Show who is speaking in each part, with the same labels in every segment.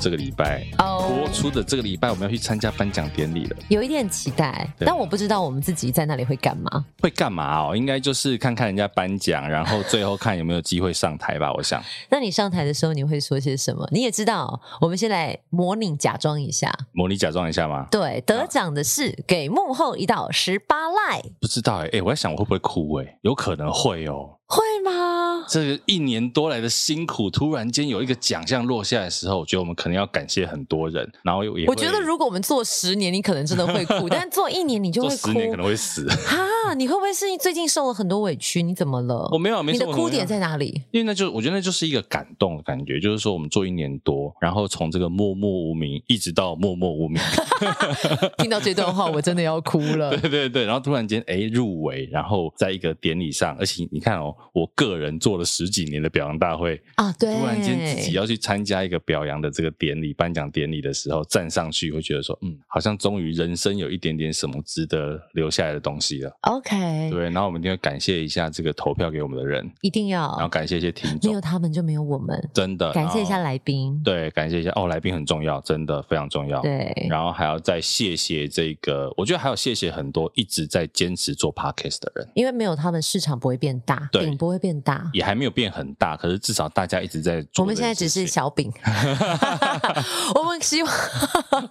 Speaker 1: 这个礼拜
Speaker 2: 哦、
Speaker 1: 播出的这个礼拜，我们要去参加颁奖典礼了。
Speaker 2: 有一点期待，
Speaker 1: 对
Speaker 2: 但我不知道我们自己在那里会干嘛。
Speaker 1: 会干嘛哦？应该就是看看人家颁奖，然后最后看有没有机会上台吧。我 想，
Speaker 2: 那你上台的时候你会说些什么？你也知道，我们先来模拟假装一下。
Speaker 1: 模拟假装一下吗？
Speaker 2: 对，得奖的是给幕后一道十八赖，
Speaker 1: 不知道哎、哎、我在想我会不会哭哎、有可能会哦。
Speaker 2: 会吗？
Speaker 1: 这个一年多来的辛苦，突然间有一个奖项落下来的时候，我觉得我们可能要感谢很多人，然后也
Speaker 2: 我
Speaker 1: 会
Speaker 2: 觉得如果我们做十年，你可能真的 会哭，但做一年你就
Speaker 1: 做
Speaker 2: 会
Speaker 1: 十
Speaker 2: 哭。
Speaker 1: 年可能会死。
Speaker 2: 哈，你会不会是最近受了很多委屈？你怎么了？
Speaker 1: 我没有，没
Speaker 2: 你
Speaker 1: 什
Speaker 2: 的
Speaker 1: 么
Speaker 2: 哭点在哪里？
Speaker 1: 因为那就我觉得那就是一个感动的感觉，就是说我们做一年多，然后从这个默默无名一直到默默无名，
Speaker 2: 听到这段话，我真的要哭 了
Speaker 1: 对。对对，然后突然间哎入围，然后在一个典礼上，而且你看哦，我个人做了十几年的表扬大会，
Speaker 2: 啊，对，
Speaker 1: 突然间啊自己要去参加一个表扬的这个典礼、颁奖典礼的时候，站上去会觉得说，嗯，好像终于人生有一点点什么值得留下来的东西了。
Speaker 2: OK，
Speaker 1: 对，然后我们一定会感谢一下这个投票给我们的人，
Speaker 2: 一定
Speaker 1: 然后呃
Speaker 2: 要
Speaker 1: 感谢一些听
Speaker 2: 没
Speaker 1: 众
Speaker 2: 有，他们就没有我们，
Speaker 1: 真的
Speaker 2: 感谢一下
Speaker 1: 来，
Speaker 2: 来宾。
Speaker 1: 对，感谢一下哦，来宾很重要，真的非常重要。
Speaker 2: 对，
Speaker 1: 然后还要再谢谢这个，我觉得还有谢谢很多一直在坚持做 podcast 的人。
Speaker 2: 因为没有他们，市场不会变大，
Speaker 1: 对
Speaker 2: 饼不会变大。
Speaker 1: 也还没有变很大，可是至少大家一直在做。
Speaker 2: 我们现在只是，小饼， 我们希望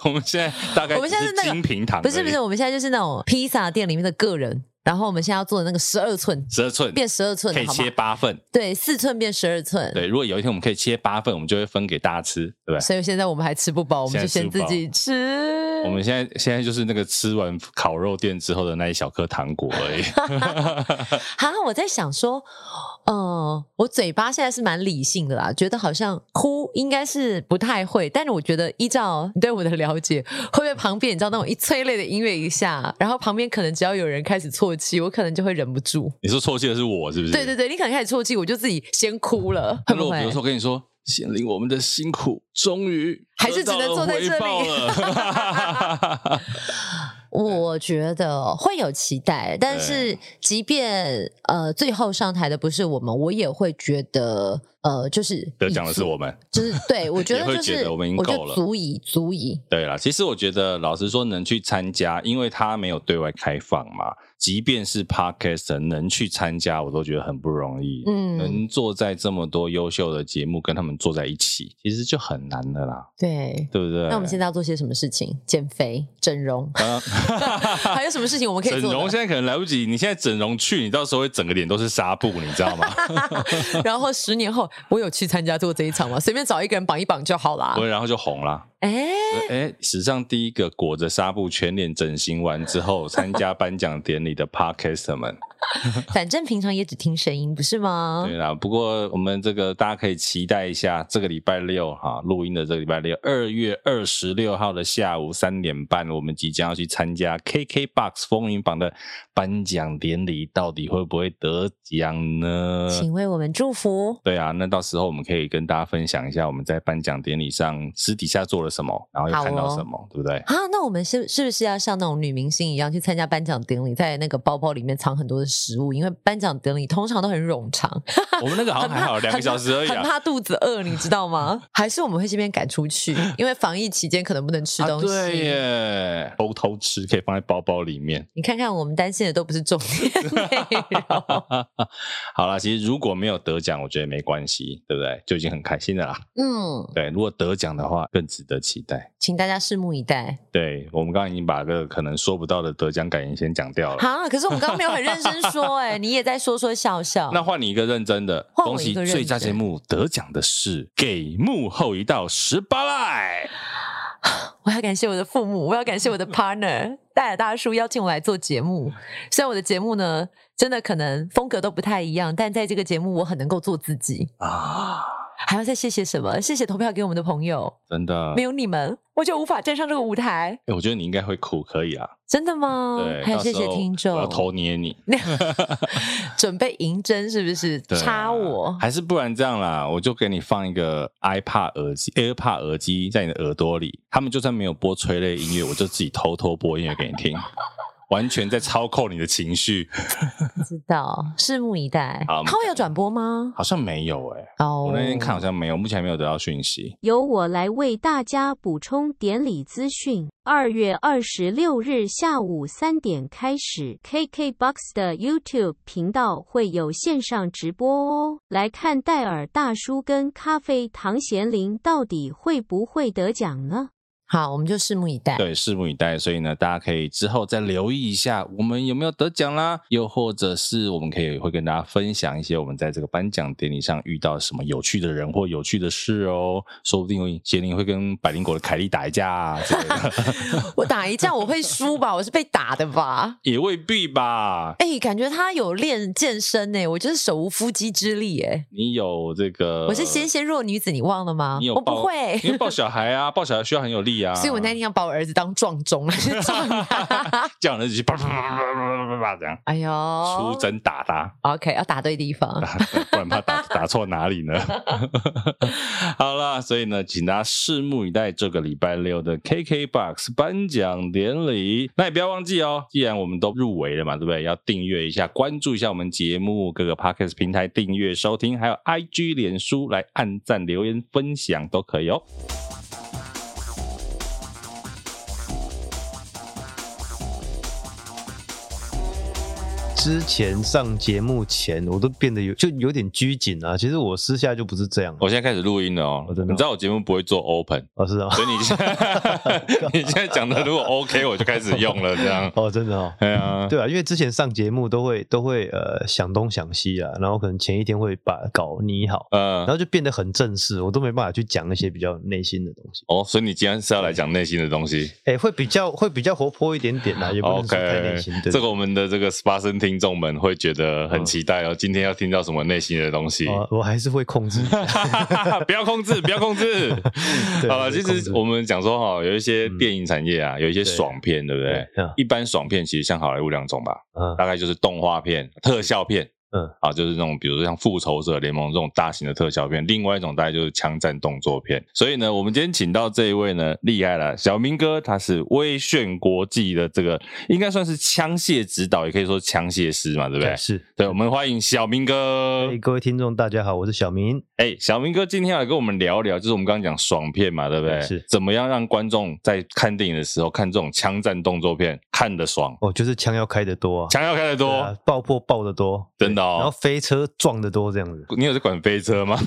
Speaker 1: 我们现在大概
Speaker 2: 我们现在是
Speaker 1: 只
Speaker 2: 那个
Speaker 1: 金平堂而已，
Speaker 2: 不是不是，我们现在就是那种披萨店里面的个人，然后我们现在要做的那个十二寸
Speaker 1: 十二寸，
Speaker 2: 变十二寸
Speaker 1: 可
Speaker 2: 的，
Speaker 1: 以
Speaker 2: 好吗嗯
Speaker 1: 切？八份。
Speaker 2: 对，四寸变十二寸。
Speaker 1: 对，如果有一天我们可以切八份，我们就会分给大家吃，对不对？
Speaker 2: 所以现在我们还吃不饱，我们就先自己吃。
Speaker 1: 我们现在现在就是那个吃完烤肉店之后的那一小颗糖果而 已。
Speaker 2: 哈，我在想说，呃，我嘴巴现在是蛮理性的啦，觉得好像哭应该是不太会，但是我觉得依照你对我的了解，会不会旁边你知道那种一催泪的音乐一下，然后旁边可能只要有人开始啜泣，我可能就会忍不住。
Speaker 1: 你说错气的是我是不是？
Speaker 2: 对对对，你可能开始啜泣，我就自己先哭了，
Speaker 1: 那
Speaker 2: 会
Speaker 1: 如
Speaker 2: 不
Speaker 1: 果比
Speaker 2: 会
Speaker 1: 如？说跟你说，显灵我们的辛苦终于
Speaker 2: 还是只能坐在这里
Speaker 1: 得到了回 报了 嗯
Speaker 2: 我觉得会有期待，但是即便呃最后上台的不是我们，我也会觉得呃就是
Speaker 1: 得奖的是
Speaker 2: 已足，
Speaker 1: 我们。
Speaker 2: 就是对我觉
Speaker 1: 也
Speaker 2: 得
Speaker 1: 会
Speaker 2: 就是
Speaker 1: 觉得我们已经
Speaker 2: 就
Speaker 1: 够了
Speaker 2: 足以足以。
Speaker 1: 对啦，其实我觉得，老实说，能去参加，因为它没有对外开放嘛，即便是 podcast 能去参加，我都觉得很不容易。
Speaker 2: 嗯
Speaker 1: 能坐在这么多优秀的节目跟他们坐在一起，其实就很难的啦，
Speaker 2: 对，
Speaker 1: 对不对？啊
Speaker 2: 那我们现在要做些什么事情？减肥、整容， 还有什么事情我们可以
Speaker 1: 整
Speaker 2: 做
Speaker 1: 容
Speaker 2: 的？
Speaker 1: 现在可能来不及，你现在整容去，你到时候会整个脸都是纱布，你知 道吗？
Speaker 2: 然后十年后，我有去参加做这一场吗？随便找一个人绑一绑就好啦
Speaker 1: 不。会然后就红啦。
Speaker 2: 哎，
Speaker 1: 哎，史上第一个裹着纱布全脸整形完之后参加颁奖典礼的 podcast 们。
Speaker 2: 反正平常也只听声音，不是吗
Speaker 1: 对？啦，不过我们这个大家可以期待一下，这个礼拜六哈，录音的这个礼拜六，二月二十六号的下午三点半，我们即将要去参加 KKBOX 风云榜的颁奖典礼，到底会不会得奖呢？
Speaker 2: 请为我们祝福。
Speaker 1: 对啊，那到时候我们可以跟大家分享一下我们在颁奖典礼上私底下做了什么，然后又
Speaker 2: 好哦
Speaker 1: 看到什么，对不 对？
Speaker 2: 啊，那我们是是不是要像那种女明星一样去参加颁奖典礼，在那个包包里面藏很多的食物，因为颁奖典礼通常都很冗长，
Speaker 1: 我们那个好像
Speaker 2: 很怕
Speaker 1: 还好，两个
Speaker 2: 很怕
Speaker 1: 小时而已、
Speaker 2: 很
Speaker 1: 啊。
Speaker 2: 怕肚子饿，你知道吗？ 还是我们会这边赶出去，因为防疫期间可能不能吃
Speaker 1: 啊
Speaker 2: 东西。
Speaker 1: 对耶，偷偷吃可以放在包包里面。
Speaker 2: 你看看，我们担心的都不是重点内容。
Speaker 1: 好啦，其实如果没有得奖，我觉得没关系，对不对？就已经很开心的啦。
Speaker 2: 嗯，
Speaker 1: 对，如果得奖的话，更值得期待。
Speaker 2: 请大家拭目 以待。
Speaker 1: 对我们刚刚已经把这个可能说不到的得奖感言先讲掉了。
Speaker 2: 哈，可是我们刚刚没有很认真说、哎，你也在说说笑笑。
Speaker 1: 那换你一个认真的，
Speaker 2: 换我
Speaker 1: 恭喜
Speaker 2: 一个认真
Speaker 1: 最佳节目得奖的是给幕后一道十八赖。
Speaker 2: 我要感谢我的父母，我要感 谢我的 partner 戴尔大叔邀请我来做节
Speaker 1: 嗯
Speaker 2: 目。 虽然我的节目呢，真的可能风格都不太一样，但在这个节目我很能够做自己。
Speaker 1: 啊，
Speaker 2: 还要再谢谢什么？谢谢投票给我们的朋友，
Speaker 1: 真的
Speaker 2: 没。有你们，我就无法站上这个舞台。
Speaker 1: 欸我觉得你应该会哭，可以啊。
Speaker 2: 真的吗？
Speaker 1: 对，
Speaker 2: 嗯还有
Speaker 1: 到
Speaker 2: 谢
Speaker 1: 时
Speaker 2: 谢
Speaker 1: 候
Speaker 2: 听
Speaker 1: 我要
Speaker 2: 众，
Speaker 1: 偷捏你。
Speaker 2: 准备银针是不是？
Speaker 1: 对啊
Speaker 2: 插我，
Speaker 1: 还是不然这样啦，我就给你放一个 iPad 耳机，AirPod 耳机在你的耳朵里，他们就算没有播催泪音乐，我就自己偷偷播音乐给你 听，完全在操控你的情绪。
Speaker 2: 不知道，拭目以待。
Speaker 1: 好我们
Speaker 2: 他会有转播吗？
Speaker 1: 好像没有哎、
Speaker 2: 哦
Speaker 1: 我那天看好像没有，目前还没有得到讯息。
Speaker 3: 由我来为大家补充典礼资讯。二月二十六日下午三点开始，KKBOX 的 YouTube 频道会有线上直播哦。来看戴尔大叔跟咖啡唐贤林到底会不会得奖呢？
Speaker 2: 好，我们就拭目以待。
Speaker 1: 对，拭目以待。所以呢，大家可以之后再留意一下，我们有没有得奖啦？又或者是我们可以会跟大家分享一些我们在这个颁奖典礼上遇到什么有趣的人或有趣的事哦。说不定贤玲会跟百灵果的凯莉打一架啊之类的。
Speaker 2: 我打一架我会输吧？我是被打的吧？
Speaker 1: 也未必吧。
Speaker 2: 哎、感觉他有练健身呢、我就是手无缚鸡之力哎、
Speaker 1: 你有这个，
Speaker 2: 我是纤纤弱女子，你忘了吗
Speaker 1: 呃你有？
Speaker 2: 我
Speaker 1: 抱
Speaker 2: 不会，
Speaker 1: 你有抱小孩啊，抱小孩需要很有力啊。
Speaker 2: 所以我那天要把我儿子当撞 钟，去撞他。
Speaker 1: 叫人就去啪啪啪啪啪啪啪这样
Speaker 2: 哎呦，
Speaker 1: 出针打他，
Speaker 2: OK，要打对地方。
Speaker 1: 不然怕打打错哪里呢？ 好啦，所以呢，请大家拭目以待这个礼拜六的 KKBOX 颁奖典礼。那也不要忘记哦，既然我们都入围了嘛，对不对？要订阅一下，关注一下我们节目各个 Podcast 平台订阅收听，还有 IG、脸书来按赞、留言、分享都可以哦。
Speaker 4: 之前上节目前，我都变得有就有点拘谨啊。其实我私下就不是这样，
Speaker 1: 我现在开始录音了哦，
Speaker 4: 哦真的哦
Speaker 1: 你知道我节目不会做 open，
Speaker 4: 哦，是啊，
Speaker 1: 所以你现在 你现在讲的如果 OK，我就开始用了这 样。
Speaker 4: 哦，真的哦。
Speaker 1: 对啊，
Speaker 4: 对啊，因为之前上节目都会都会呃想东想西啊，然后可能前一天会把稿拟好，然
Speaker 1: 呃，
Speaker 4: 后就变得很正式，我都没办法去讲一些比较内心的东西，
Speaker 1: 哦，所以你今天是要来讲内心的东西。哦
Speaker 4: 哎，会比较会比较活泼一点点 啊，也不能说太内
Speaker 1: OK，
Speaker 4: 心。对
Speaker 1: 这个我们的这个 SPA 生听众们会觉得很期待哦，今天要听到什么内心的东西。
Speaker 4: 哦我还是会控制一下。
Speaker 1: 不要控 制，不要控制。
Speaker 4: 对
Speaker 1: 好了，
Speaker 4: 还
Speaker 1: 其
Speaker 4: 是
Speaker 1: 实
Speaker 4: 控制嗯
Speaker 1: 我们讲说哈，有一些电影产业啊，有一些
Speaker 4: 对
Speaker 1: 爽片，对不对？
Speaker 4: 对嗯
Speaker 1: 一般爽片其实像好莱坞两种吧，
Speaker 4: 嗯
Speaker 1: 大概就是动画片、特效片，
Speaker 4: 嗯，
Speaker 1: 啊，就是那种比如说像《复仇者联盟》这种大型的特效片，另外一种大概就是枪战动作片。所以呢，我们今天请到这一位呢，厉害了，小明哥，他是威炫国际的这个应该算是枪械指导，也可以说枪械师嘛，对不对？
Speaker 4: 是。
Speaker 1: 对，我们欢迎小明哥。
Speaker 4: 哎，各位听众大家好，我是小明。
Speaker 1: 哎，小明哥今天要来跟我们聊聊，就是我们刚刚讲爽片嘛，对不对？
Speaker 4: 嗯是
Speaker 1: 怎么样让观众在看电影的时候看这种枪战动作片看得爽，
Speaker 4: 哦，就是枪要开得多啊，
Speaker 1: 枪要看得
Speaker 4: 对
Speaker 1: 多。
Speaker 4: 啊爆破爆得多，
Speaker 1: 真的哦
Speaker 4: 对然后飞车撞得多这 样子，
Speaker 1: 你有在管飞车吗？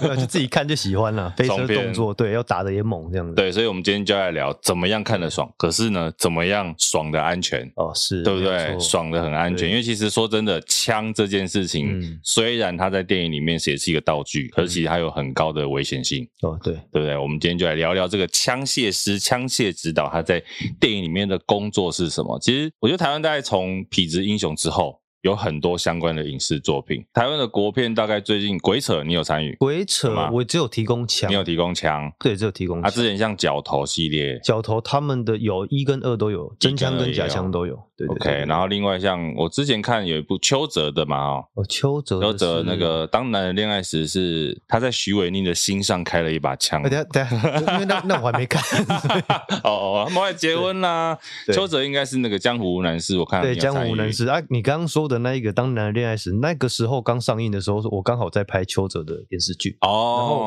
Speaker 4: 对啊就自己看就喜欢了。 飞车动作对，要打的也猛这样子。
Speaker 1: 对，所以我们今天就来聊怎么样看得爽，可是呢，怎么样爽的安全，
Speaker 4: 哦，是
Speaker 1: 对不
Speaker 4: 没
Speaker 1: 对？
Speaker 4: 有错
Speaker 1: 爽的很安全，
Speaker 4: 对
Speaker 1: 因为其实说真的，枪这件事情，
Speaker 4: 嗯
Speaker 1: 虽然它在电影里面也是一个道具，可是其实它有很高的危险性，
Speaker 4: 哦，对，
Speaker 1: 对不对？我们今天就来聊聊这个枪械师、枪械指导他在电影里面的工作是什么。其实我觉得台湾大概从《痞子英雄》之后。有很多相关的影视作品，台湾的国片大概最近《鬼扯》你有参与，
Speaker 4: 鬼
Speaker 1: 干嘛
Speaker 4: 扯，我只有提供枪
Speaker 1: 你，有提供枪，
Speaker 4: 对，只有提供
Speaker 1: 啊，
Speaker 4: 枪。
Speaker 1: 之前像《角头》系列，
Speaker 4: 角头他们的有一跟二都有，真枪跟假枪都有。对对
Speaker 1: OK，然后另外像我之前看有一部邱泽的嘛，哦，
Speaker 4: 后邱泽的
Speaker 1: 邱泽
Speaker 4: 是
Speaker 1: 那，个《当男人恋爱时》是他在徐伟宁的心上开了一把枪
Speaker 4: 哎，。等下等 下，因为那那我还没看， 所以
Speaker 1: 哦哦，他们后来结婚啦。
Speaker 4: 对
Speaker 1: 邱泽应该是那个江湖无难事，我看
Speaker 4: 对，
Speaker 1: 你有
Speaker 4: 江
Speaker 1: 参
Speaker 4: 湖
Speaker 1: 与
Speaker 4: 男士啊，你刚刚说的那一个《当男人恋爱时》，那个时候刚上映的时候，我刚好在拍邱泽的电视剧。然后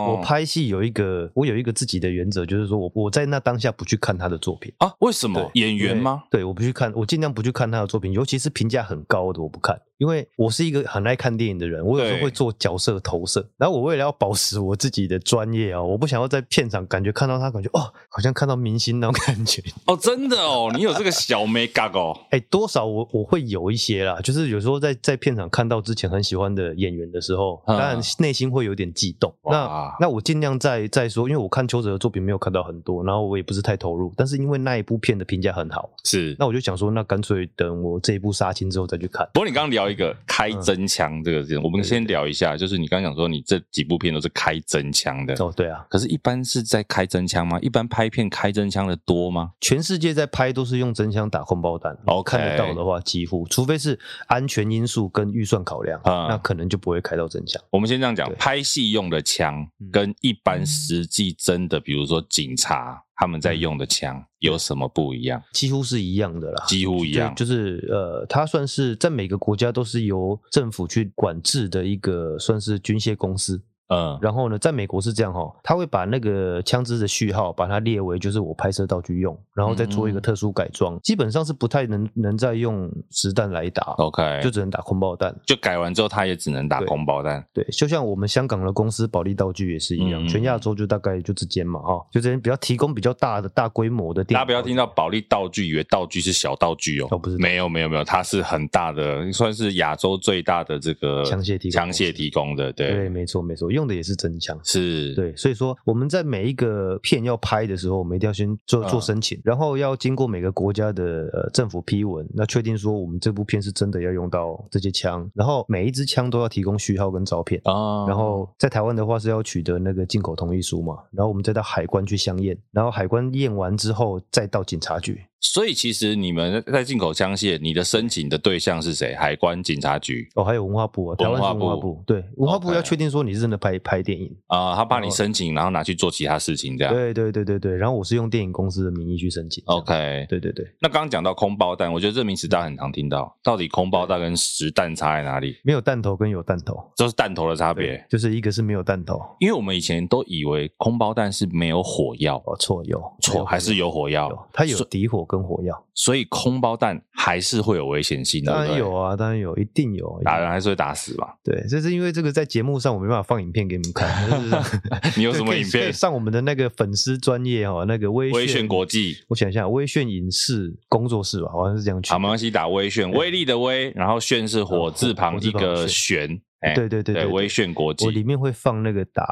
Speaker 1: 哦。
Speaker 4: 我拍戏有一个，我有一个自己的原则，就是说我我在那当下不去看他的作品，
Speaker 1: 啊，为什么
Speaker 4: 对
Speaker 1: 演员吗？
Speaker 4: 对，我不去看，我尽量不去看他的作品，尤其是评价很高的，我不看，因为我是一个很爱看电影的人，我有时候
Speaker 1: 对
Speaker 4: 会做角色投射，然后我为了要保持我自己的专业啊、我不想要在片场感觉看到他，感觉哦，好像看到明星那种感觉，
Speaker 1: 哦，真的哦，你有这个小美感 哦。
Speaker 4: 哎，多少我我会有一些啦，就是有时候在在片场看到之前很喜欢的演员的时候，
Speaker 1: 嗯
Speaker 4: 当然内心会有点激动。
Speaker 1: 哇
Speaker 4: 那那我尽量在在说，因为我看邱泽的作品没有看到很多，然后我也不是太投入，但是因为那一部片的评价很好，
Speaker 1: 是。
Speaker 4: 那我就想说，那干脆等我这一部杀青之后再去看。
Speaker 1: 不过你刚刚聊一个开真枪这个事情，我们先聊一下，就是你刚刚讲说你这几部片都是开真枪的，
Speaker 4: 哦，对啊，
Speaker 1: 可是，一般是在开真枪吗？一般拍片开真枪的多吗？
Speaker 4: 全世界在拍都是用真枪打空包弹，
Speaker 1: OK
Speaker 4: 看得到的话，几乎除非是安全因素跟预算考量，
Speaker 1: 嗯
Speaker 4: 那可能就不会开到真枪。
Speaker 1: 我们先这样讲，
Speaker 4: 对
Speaker 1: 拍戏用的枪
Speaker 4: 嗯
Speaker 1: 跟一般实际真的，比如说警察他们在用的枪有什么不一样？
Speaker 4: 几乎是一样的啦，
Speaker 1: 几乎一样
Speaker 4: 对啊就是呃，它算是在每个国家都是由政府去管制的一个算是军械公司。
Speaker 1: 嗯，
Speaker 4: 然后呢，在美国是这样哦，他会把那个枪支的序号把它列为就是我拍摄道具用，然后再做一
Speaker 1: 嗯
Speaker 4: 个特殊改装，基本上是不太能能再用实弹来打。
Speaker 1: OK，
Speaker 4: 就
Speaker 1: 就
Speaker 4: 只能打空包弹，
Speaker 1: 就改完之后，他也只能打
Speaker 4: 对
Speaker 1: 空包弹。
Speaker 4: 对，就像我们香港的公司保利道具也是一样，
Speaker 1: 嗯
Speaker 4: 全亚洲就大概就这间嘛，哈，就这间比较提供比较大的大规模的电
Speaker 1: 大
Speaker 4: 影。
Speaker 1: 家不要听到保利道具，以为道具是小道具哦，
Speaker 4: 哦不是
Speaker 1: 没有没有没有，它是很大的，算是亚洲最大的这个
Speaker 4: 枪械提供
Speaker 1: 枪械提供的，对，
Speaker 4: 对，没错没错，用的也是真枪。
Speaker 1: 是，
Speaker 4: 对，所以说我们在每一个片要拍的时候，我们一定要先做
Speaker 1: 嗯
Speaker 4: 做申请，然后要经过每个国家的呃政府批文，那确定说我们这部片是真的要用到这些枪，然后每一支枪都要提供序号跟照片。
Speaker 1: 啊，
Speaker 4: 然后在台湾的话是要取得那个进口同意书嘛，然后我们再到海关去相验，然后海关验完之后再到警察局，
Speaker 1: 所以其实你们在进口枪械，你的申请的对象是谁？海关、警察局
Speaker 4: 哦，还有文化部啊，台湾是文
Speaker 1: 文化
Speaker 4: 化
Speaker 1: 部
Speaker 4: 部，对，文化部
Speaker 1: OK
Speaker 4: 要确定说你是真的拍拍电影，
Speaker 1: 啊、他怕你申请，然后拿去做其他事情这样。
Speaker 4: 哦对对对对对，然后我是用电影公司的名义去申请这样
Speaker 1: OK，
Speaker 4: 对对对。
Speaker 1: 那刚刚讲到空包弹，我觉得这名词大家很常听到，到底空包弹跟实弹差在哪里？
Speaker 4: 没有弹头跟有弹头，
Speaker 1: 就是弹头的差
Speaker 4: 对
Speaker 1: 别，。
Speaker 4: 就是一个是没有弹头，
Speaker 1: 因为我们以前都以为空包弹是没有火药，
Speaker 4: 哦，错有
Speaker 1: 错还是有火药
Speaker 4: 有，它有
Speaker 1: 所以
Speaker 4: 底火跟火药，
Speaker 1: 所以空包弹还是会有危险性，对
Speaker 4: 当
Speaker 1: 不
Speaker 4: 然
Speaker 1: 对？
Speaker 4: 有啊，当然有，一定有。
Speaker 1: 打人还是会打死吧？
Speaker 4: 对，这是因为这个在节目上我没办法放影片给你 们看，就是
Speaker 1: 你有什么
Speaker 4: 可以
Speaker 1: 影片
Speaker 4: 可以上我们的那个粉丝专业哦，那个微
Speaker 1: 微炫国际，
Speaker 4: 我想一下，微炫影视工作室吧，好像是这样取
Speaker 1: 好，。没关系，打威炫，威力的威，然后炫是
Speaker 4: 哦
Speaker 1: 火字旁一个旋，哎，
Speaker 4: 对对对
Speaker 1: 对，威炫国
Speaker 4: 我里
Speaker 1: 际
Speaker 4: 面会放那个打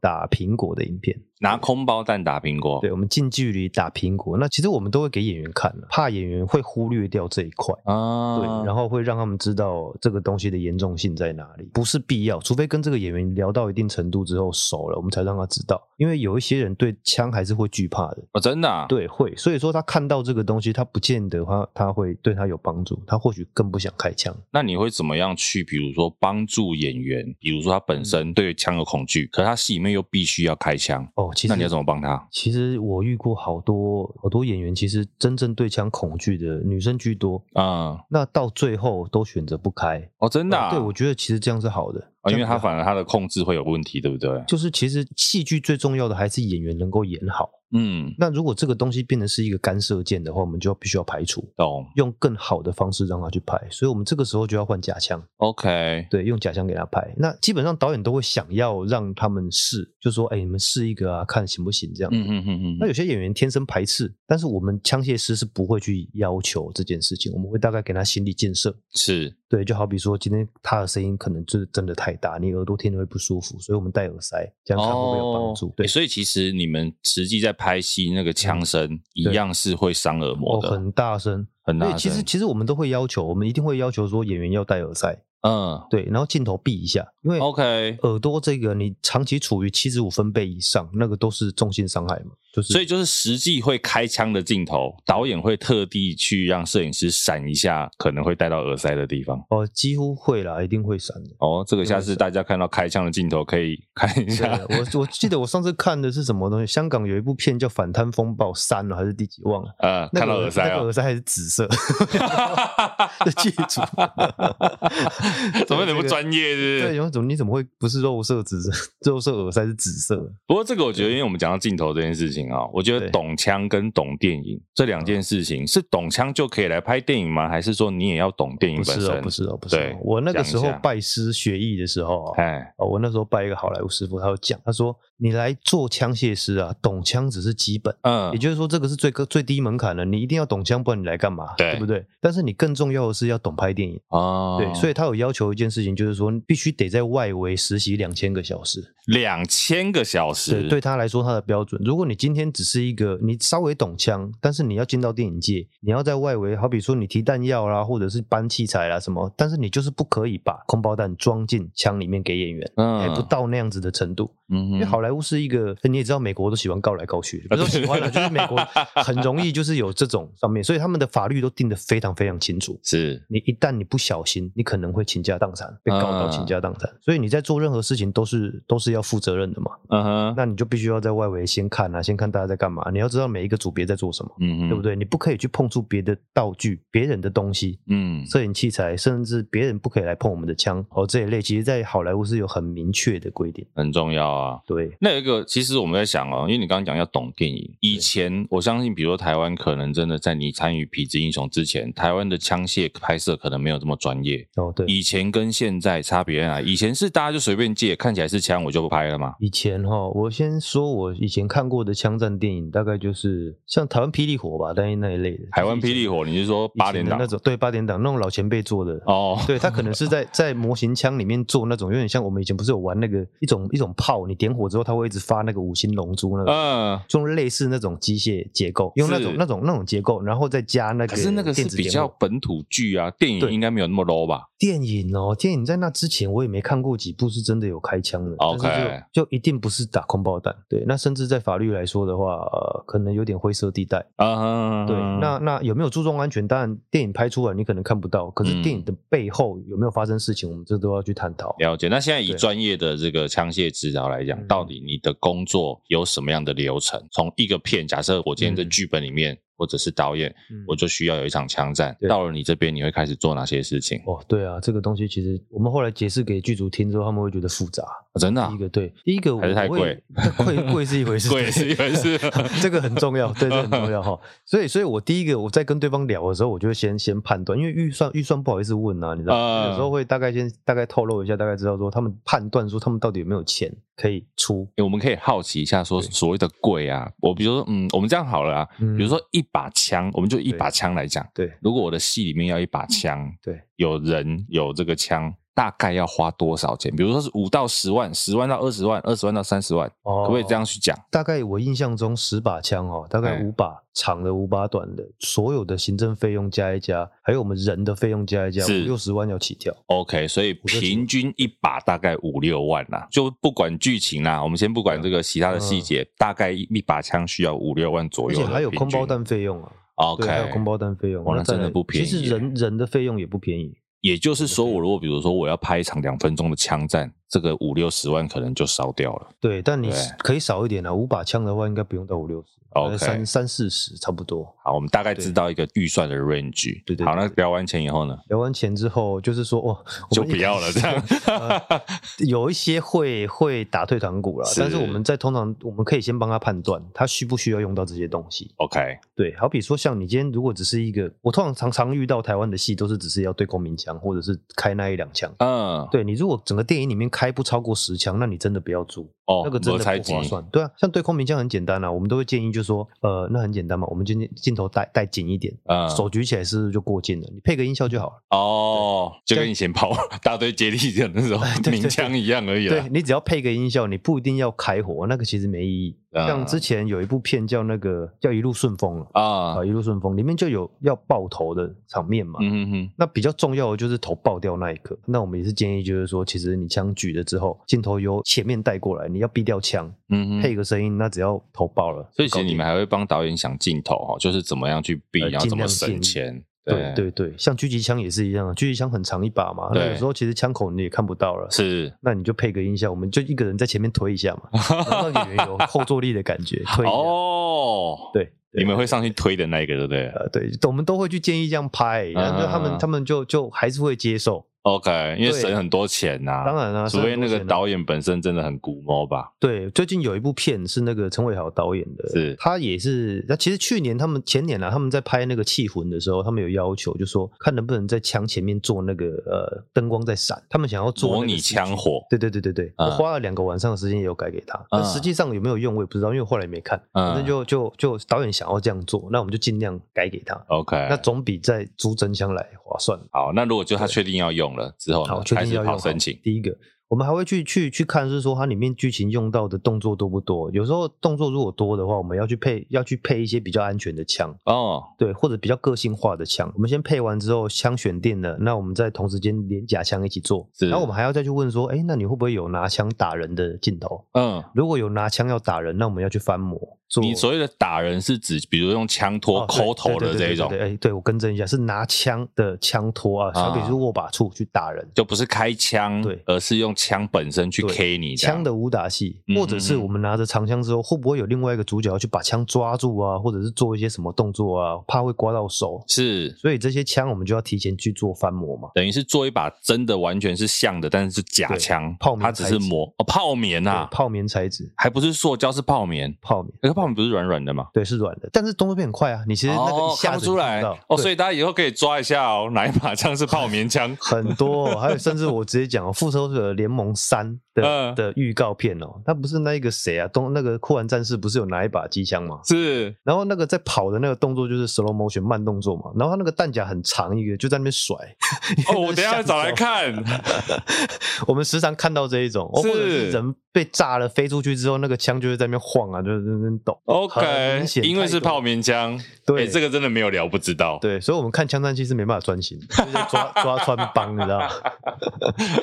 Speaker 4: 打苹果的影片，
Speaker 1: 拿空包弹打苹果，
Speaker 4: 对我们近距离打苹果。那其实我们都会给演员看的，怕演员会忽略掉这一块。
Speaker 1: 啊，
Speaker 4: 对，然后会让他们知道这个东西的严重性在哪里，不是必要，除非跟这个演员聊到一定程度之后熟了，我们才让他知道。因为有一些人对枪还是会惧怕的，
Speaker 1: 哦，真的啊，
Speaker 4: 对，会，所以说他看到这个东西，他不见得他他会对他有帮助，他或许更不想开枪。
Speaker 1: 那你会怎么样去，比如说帮助演员，比如说他
Speaker 4: 嗯
Speaker 1: 本身对枪有恐惧，可是他戏里面又必须要开枪，
Speaker 4: 哦，其实
Speaker 1: 那你要怎么帮他？
Speaker 4: 其实我遇过好多好多演员，其实真正对枪恐惧的女生居多，
Speaker 1: 嗯，
Speaker 4: 那到最后都选择不开。
Speaker 1: 哦，真的啊，
Speaker 4: 呃对，我觉得其实这样是好的，
Speaker 1: 哦因
Speaker 4: 这
Speaker 1: 为
Speaker 4: 样
Speaker 1: 他
Speaker 4: 比较好
Speaker 1: 反而他的控制会有问题，对不对？
Speaker 4: 就是其实戏剧最重要的还是演员能够演好。
Speaker 1: 嗯，
Speaker 4: 那如果这个东西变成是一个干涉键的话，我们就要必须要排除，
Speaker 1: 懂
Speaker 4: 用更好的方式让他去拍。所以我们这个时候就要换假枪，
Speaker 1: ，OK，
Speaker 4: 对，用假枪给他拍。那基本上导演都会想要让他们试，就说：“哎、你们试一个啊，看行不行？”这样。
Speaker 1: 嗯嗯嗯
Speaker 4: 那
Speaker 1: 嗯，
Speaker 4: 有些演员天生排斥，但是我们枪械师是不会去要求这件事情，我们会大概给他心理建设。
Speaker 1: 是
Speaker 4: 对，就好比说今天他的声音可能就是真的太大，你耳朵听着会不舒服，所以我们戴耳塞，这样看会不会有帮助？
Speaker 1: 哦
Speaker 4: 对嗯
Speaker 1: 欸，所以其实你们实际在拍戏，那个枪声一样是会伤耳膜
Speaker 4: 哦，
Speaker 1: 的，
Speaker 4: 很大声，
Speaker 1: 很大
Speaker 4: 对，其实
Speaker 1: 声
Speaker 4: 其实我们都会要求，我们一定会要求说演员要戴耳塞，
Speaker 1: 嗯
Speaker 4: 对，然后镜头避一下，因为
Speaker 1: ，OK，
Speaker 4: 耳朵这个你长期处于七十五分贝以上，那个都是重性伤害嘛。就是
Speaker 1: 所以就是实际会开枪的镜头，导演会特地去让摄影师闪一下，可能会带到耳塞的地方。
Speaker 4: 哦，几乎会啦，一定会闪 的。
Speaker 1: 哦，这个下
Speaker 4: 对
Speaker 1: 次大家看到开枪的镜头可以看一
Speaker 4: 对
Speaker 1: 下
Speaker 4: 啊，我我记得我上次看的是什么东西，香港有一部片叫《反贪风暴三》啊了，还是第几忘了。
Speaker 1: 呃，
Speaker 4: 那
Speaker 1: 看到
Speaker 4: 个
Speaker 1: 耳塞
Speaker 4: 那个
Speaker 1: 啊
Speaker 4: 耳，塞还是紫色 的剧组，
Speaker 1: 怎么那么
Speaker 4: 对这个
Speaker 1: 专业是不
Speaker 4: 对，
Speaker 1: 是？
Speaker 4: 然后怎么你怎么会不是肉色紫色， 肉色耳塞是紫色的？
Speaker 1: 不过这个我觉得，因为我们讲到镜头这件事情啊、我觉得
Speaker 4: 对
Speaker 1: 懂枪跟懂电影这两件事情，是懂枪就可以来拍电影吗？还是说你也要懂电影
Speaker 4: 不
Speaker 1: 本
Speaker 4: 是哦，
Speaker 1: 身？
Speaker 4: 不是哦，不是哦
Speaker 1: 对。
Speaker 4: 我那个时
Speaker 1: 讲
Speaker 4: 候
Speaker 1: 一下
Speaker 4: 拜师学艺的时候啊，
Speaker 1: 哎，
Speaker 4: 哦我那时候拜一个好莱坞师傅，他就讲，他说你来做枪械师啊，懂枪只是基本。
Speaker 1: 嗯
Speaker 4: 也，就是说，这个是最高最低门槛了，你一定要懂枪，不然你来干嘛？
Speaker 1: 对
Speaker 4: 不对？但是你更重要的是要懂拍电影，
Speaker 1: 哦，
Speaker 4: 对，所
Speaker 1: 以
Speaker 4: 以他有要求一件事情，就是说你必须得在外围实习两千个小时，
Speaker 1: 两千个小时，
Speaker 4: 对，对他来说他的标准。如果你今天只是一个你稍微懂枪，但是你要进到电影界，你要在外围，好比说你提弹药啦，或者是搬器材啦什么，但是你就是不可以把空包弹装进枪里面给演员。
Speaker 1: 嗯，
Speaker 4: 还哎不到那样子的程度，
Speaker 1: 嗯哼，
Speaker 4: 因为好莱坞是一个，你也知道，美国都喜欢告 来告去，不是说喜欢了，就是美国很容易就是有这种上面，所以他们的法律都定得非常非常清楚。
Speaker 1: 是
Speaker 4: 你一旦你不小心，你可能会倾家荡产，被告到
Speaker 1: 啊
Speaker 4: 倾家荡产。所以你在做任何事情都是都是要负责任的嘛。
Speaker 1: 嗯哼，
Speaker 4: 那你就必须要在外围先看啊，先看大家在干嘛。你要知道每一个组别在做什么，
Speaker 1: 嗯哼，
Speaker 4: 对不？对？你不可以去碰触别的道具、别人的东西、
Speaker 1: 嗯，
Speaker 4: 摄影器材，甚至别人不可以来碰我们的枪哦这一类。其实，在好莱坞是有很明确的规定。
Speaker 1: 很重要啊。
Speaker 4: 对，
Speaker 1: 那有一个，其实我们在想哦，因为你刚刚讲要懂电影，以前我相信，比如说台湾可能真的在你参与《痞子英雄》之前，台湾的枪械拍摄可能没有这么专业。
Speaker 4: 哦对，
Speaker 1: 以前跟现在差别在哪？以前是大家就随便借，看起来是枪我就拍了嘛。
Speaker 4: 以前哈，我先说我以前看过的枪战电影，大概就是像台湾霹雳火吧，但是那一类的。
Speaker 1: 台湾霹雳
Speaker 4: 火
Speaker 1: 火，你是说八连档
Speaker 4: 那种，对八点档那种老前辈做的
Speaker 1: 哦？
Speaker 4: 对他可能是在在模型枪里面做那种有点像我们以前不是有玩那个一种一种炮，你点火之后它会一直发那个五星龙珠那个，
Speaker 1: 嗯，
Speaker 4: 用类似那种机械结构，用那种
Speaker 1: 是
Speaker 4: 那种那种结构，然后再加那个
Speaker 1: 可是那个是
Speaker 4: 电子
Speaker 1: 比
Speaker 4: 点
Speaker 1: 较
Speaker 4: 火。
Speaker 1: 本土剧啊，电影
Speaker 4: 对
Speaker 1: 应该没有那么 low 吧？
Speaker 4: 电影哦，电影在那之前我也没看过几部是真的有开枪的
Speaker 1: OK
Speaker 4: 但是就就一定不是打空包弹。对，那甚至在法律来说的话，呃，可能有点灰色地带。
Speaker 1: 啊，
Speaker 4: 对，那那有没有注重安全？当然，电影拍出来你可能看不到，可是
Speaker 1: 嗯
Speaker 4: 电影的背后有没有发生事情，我们这都要去探讨。
Speaker 1: 了解。那现在以
Speaker 4: 对
Speaker 1: 专业的这个枪械指导来讲，
Speaker 4: 嗯
Speaker 1: 到底你的工作有什么样的流程？从一个片，假设我今天的
Speaker 4: 嗯
Speaker 1: 剧本里面，或者是导演，
Speaker 4: 嗯
Speaker 1: 我就需要有一场枪战。
Speaker 4: 对
Speaker 1: 到了你这边，你会开始做哪些事情？
Speaker 4: 哦，对啊，这个东西其实我们后来解释给剧组听之后，他们会觉得复杂。
Speaker 1: 啊真的啊
Speaker 4: 第一个对，第一个我
Speaker 1: 还是太
Speaker 4: 我会贵贵是一回事，
Speaker 1: 贵是一回事
Speaker 4: 这个很重要，对， 这个很重要哈。所以，所以我第一个我在跟对方聊的时候，我就会先先判断，因为预算预算不好意思问啊，你知道，
Speaker 1: 啊
Speaker 4: 有时候会大概先大概透露一下，大概知道说他们判断说他们到底有没有钱可以出。
Speaker 1: 诶我们可以好奇一下，说
Speaker 4: 对
Speaker 1: 所谓的贵啊，我比如说，嗯，我们这样好了啊，
Speaker 4: 嗯
Speaker 1: 比如说一把枪，我们就一把枪来讲，
Speaker 4: 对
Speaker 1: 如果我的戏里面要一把
Speaker 4: 嗯
Speaker 1: 枪，
Speaker 4: 对，
Speaker 1: 有人有这个枪，大概要花多少钱？比如说是五到十万，十万到二十万，二十万到三十万，
Speaker 4: 哦
Speaker 1: 可不可以这样去讲？
Speaker 4: 大概我印象中十把枪哦，大概
Speaker 1: 哎
Speaker 4: 五把长的，五把短的，所有的行政费用加一加，还有我们人的费用加一加，
Speaker 1: 是
Speaker 4: 五六十万要起跳。
Speaker 1: OK，所以
Speaker 4: 觉得
Speaker 1: 平均一把大概五六万啦，就不管剧情啦，我们先不管这个其他的细节，大概一一把枪需要五六万左
Speaker 4: 嗯而
Speaker 1: 右的
Speaker 4: 且
Speaker 1: 平均，
Speaker 4: 还有空包弹费用啊。
Speaker 1: OK，
Speaker 4: 对，还有空包弹费用，
Speaker 1: 哇那
Speaker 4: 再
Speaker 1: 真的
Speaker 4: 来
Speaker 1: 不便宜
Speaker 4: 其实
Speaker 1: 耶
Speaker 4: 人人的费用也不便宜，
Speaker 1: 也就是说，我如果比如说我要拍一场两分钟的枪战，这个五六十万可能就烧掉了。
Speaker 4: 对，但你
Speaker 1: 对
Speaker 4: 可以少一点啊，五把枪的话应该不用到五六十
Speaker 1: OK
Speaker 4: 三三四十差不多。
Speaker 1: 好，我们大概
Speaker 4: 对
Speaker 1: 知道一个预算的 range。
Speaker 4: 对对对
Speaker 1: 好，那聊完钱以后呢，
Speaker 4: 聊完钱之后，就是说哇，我
Speaker 1: 就
Speaker 4: 们
Speaker 1: 不要了，这样。
Speaker 4: 呃 有一些会会打退堂鼓了，
Speaker 1: 是
Speaker 4: 但是我们在通常我们可以先帮他判断他需不需要用到这些东西。
Speaker 1: OK，
Speaker 4: 对，好比说像你今天如果只是一个，我通常常常遇到台湾的戏都是只是要对光明枪或者是开那一两枪。
Speaker 1: 嗯，
Speaker 4: 对你如果整个电影里面开不超过十枪，那你真的不要租。
Speaker 1: 哦，
Speaker 4: 那个真的
Speaker 1: 没猜
Speaker 4: 不
Speaker 1: 忌
Speaker 4: 划算。对啊，像对空明枪很简单啊，我们都会建议就说，呃，那很简单嘛，我们今天镜头带带紧一点，
Speaker 1: 嗯
Speaker 4: 手举起来是不是就过近了？你配个音效就好了。
Speaker 1: 哦，就跟以前跑大队接力的那种
Speaker 4: 哎对对
Speaker 1: 鸣枪一样而已啦
Speaker 4: 对。你只要配个音效，你不一定要开火，那个其实没意义。
Speaker 1: 嗯
Speaker 4: 像之前有一部片叫那个叫《一路顺风》了
Speaker 1: 啊
Speaker 4: 啊，，《一路顺风》里面就有要爆头的场面嘛。
Speaker 1: 嗯哼哼，
Speaker 4: 那比较重要的就是头爆掉那一刻。那我们也是建议，就是说，其实你枪举了之后，镜头由前面带过来，你要避掉枪，
Speaker 1: 嗯
Speaker 4: 配
Speaker 1: 哼。
Speaker 4: 个声音，那只要头爆了。
Speaker 1: 所以其实你们
Speaker 4: 搞
Speaker 1: 还会帮导演想镜头哦，就是怎么样去避，
Speaker 4: 呃
Speaker 1: 然后怎么
Speaker 4: 尽
Speaker 1: 省
Speaker 4: 量尽
Speaker 1: 钱。
Speaker 4: 定对对对，像狙击枪也是一样啊，狙击枪很长一把嘛，那
Speaker 1: 对
Speaker 4: 有时候其实枪口你也看不到了，
Speaker 1: 是
Speaker 4: 那你就配个音效，我们就一个人在前面推一下 嘛，让演员有后坐力的感觉，推一下。
Speaker 1: 哦，
Speaker 4: 对，对
Speaker 1: 你们会上去推的那一个，对不对
Speaker 4: 呃，对，我们都会去建议这样拍，然后就他
Speaker 1: 嗯
Speaker 4: 们他们就就还是会接受。
Speaker 1: ？OK，因为
Speaker 4: 对
Speaker 1: 省很多钱呐。
Speaker 4: 当然啦
Speaker 1: 除非那
Speaker 4: 省很多
Speaker 1: 个
Speaker 4: 钱啊
Speaker 1: 导演本身真的很古摸吧。
Speaker 4: 对，最近有一部片是那个陈伟豪导演的，
Speaker 1: 是
Speaker 4: 他也是，那其实去年他们前年啊，他们在拍那个《气魂》的时候，他们有要求，就说看能不能在枪前面做那个呃灯光在闪，他们想要做
Speaker 1: 模
Speaker 4: 那个
Speaker 1: 拟
Speaker 4: CG
Speaker 1: 枪火
Speaker 4: 对对对对对，
Speaker 1: 嗯
Speaker 4: 我花了两个晚上的时间也有改给他，但
Speaker 1: 嗯
Speaker 4: 实际上有没有用我也不知道，因为我后来没看，
Speaker 1: 嗯
Speaker 4: 反正就就就导演想要这样做，那我们就尽量改给他，
Speaker 1: OK，
Speaker 4: 那总比在租真枪来划算。
Speaker 1: 好，那如果就他确定要用了之后呢
Speaker 4: 好，，确
Speaker 1: 开
Speaker 4: 定
Speaker 1: 始
Speaker 4: 要
Speaker 1: 哦
Speaker 4: 用
Speaker 1: 跑
Speaker 4: 好
Speaker 1: 申请。
Speaker 4: 第一个，我们还会去去去看，是说它里面剧情用到的动作多不多？有时候动作如果多的话，我们要去配要去配一些比较安全的枪，
Speaker 1: 哦，
Speaker 4: 对，或者比较个性化的枪。我们先配完之后，枪选定了，那我们再同时间连假枪一起做。
Speaker 1: 是
Speaker 4: 然后我们还要再去问说，哎，那你会不会有拿枪打人的镜头？
Speaker 1: 嗯，
Speaker 4: 如果有拿枪要打人，那我们要去翻模做。
Speaker 1: 你所谓的打人是指，比如用枪托
Speaker 4: 哦对
Speaker 1: 抠头的这
Speaker 4: 对对
Speaker 1: 一
Speaker 4: 对对
Speaker 1: 种
Speaker 4: 对，哎，对我更正一下，是拿枪的枪托啊，
Speaker 1: 啊
Speaker 4: 枪柄是握把处去打人。
Speaker 1: 就不是开枪，
Speaker 4: 对
Speaker 1: 而是用枪本身去
Speaker 4: 对
Speaker 1: K 你这样
Speaker 4: 枪的武打戏
Speaker 1: 嗯，
Speaker 4: 或者是我们拿着长枪之后，会不会有另外一个主角去把枪抓住啊，或者是做一些什么动作啊，怕会刮到手，
Speaker 1: 是
Speaker 4: 所以这些枪我们就要提前去做翻模嘛。
Speaker 1: 等于是做一把真的完全是像的，但是是假枪，
Speaker 4: 泡棉
Speaker 1: 它只是
Speaker 4: 材质
Speaker 1: 膜哦，泡棉呐、
Speaker 4: 对泡棉材质，
Speaker 1: 还不是塑胶，是泡棉。
Speaker 4: 泡棉，
Speaker 1: 那个泡棉不是软软的吗？
Speaker 4: 对，是软的，但是动作片很快啊，你其实那个
Speaker 1: 哦
Speaker 4: 一，下
Speaker 1: 看
Speaker 4: 子
Speaker 1: 不
Speaker 4: 就
Speaker 1: 出来
Speaker 4: 知道
Speaker 1: 哦，
Speaker 4: 对？
Speaker 1: 所以大家以后可以抓一下哦，哪一把枪是泡棉枪
Speaker 4: 很多哦、还有甚至我直接讲、哦，《复仇者联盟三》的
Speaker 1: 嗯
Speaker 4: 的预告片哦，它不是那一个谁啊，东那个酷玩战士不是有拿一把机枪吗？
Speaker 1: 是
Speaker 4: 然后那个在跑的那个动作就是 slow motion 慢动作嘛，然后他那个弹夹很长一个，就在那 边甩。
Speaker 1: 哦，我等一下要找来看。
Speaker 4: 我们时常看到这一种，哦
Speaker 1: 是
Speaker 4: 或者是人被炸了飞出去之后，那个枪就会在那边晃啊，就是在那边抖。很
Speaker 1: OK，
Speaker 4: 明显
Speaker 1: 因为是
Speaker 4: 太多
Speaker 1: 泡棉枪，
Speaker 4: 对
Speaker 1: 哎这个真的没有聊不知道。
Speaker 4: 对，所以我们看枪战戏是没办法 专心，就是在抓抓穿帮，你知道吗？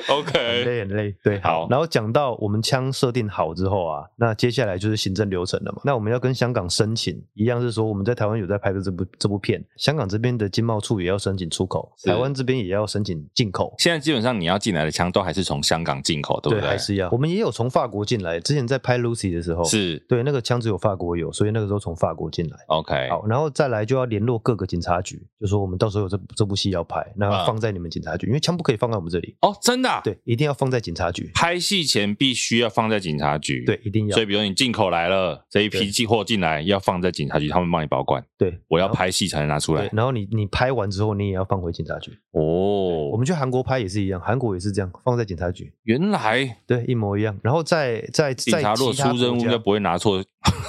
Speaker 4: 很
Speaker 1: OK，
Speaker 4: 累很累，对，
Speaker 1: 哎好
Speaker 4: 然后讲到我们枪设定好之后啊，那接下来就是行政流程了嘛。那我们要跟香港申请，一样是说我们在台湾有在拍的这部这部片，香港这边的经贸处也要申请出口，
Speaker 1: 是
Speaker 4: 台湾这边也要申请进口。
Speaker 1: 现在基本上你要进来的枪都还是从香港进口，对不对？
Speaker 4: 还是要。我们也有从法国进来，之前在拍 Lucy 的时候，
Speaker 1: 是
Speaker 4: 对那个枪只有法国有，所以那个时候从法国进来。
Speaker 1: OK，
Speaker 4: 好，然后再来就要联络各个警察局，就说我们到时候有这这部戏要拍，那
Speaker 1: 啊
Speaker 4: 放在你们警察局，因为枪不可以放在我们这里，
Speaker 1: 哦，真的啊、
Speaker 4: 对，一定要放在警察局，
Speaker 1: 拍戏前必须要放在警察局，
Speaker 4: 对，，一定要
Speaker 1: 所以，比如你进口来了，这一批
Speaker 4: 对
Speaker 1: 进货进来要放在警察局，他们帮你保管。
Speaker 4: 对，
Speaker 1: 我要
Speaker 4: 然后
Speaker 1: 拍戏才能拿出来
Speaker 4: 对，。然后你你拍完之后，你也要放回警察局。我
Speaker 1: 哦，
Speaker 4: 们去韩国拍也是一样，韩国也是这样，放在警察局，
Speaker 1: 原来
Speaker 4: 对，一模一样。然后再再
Speaker 1: 警
Speaker 4: 再
Speaker 1: 察如果出任务，应该不会拿错。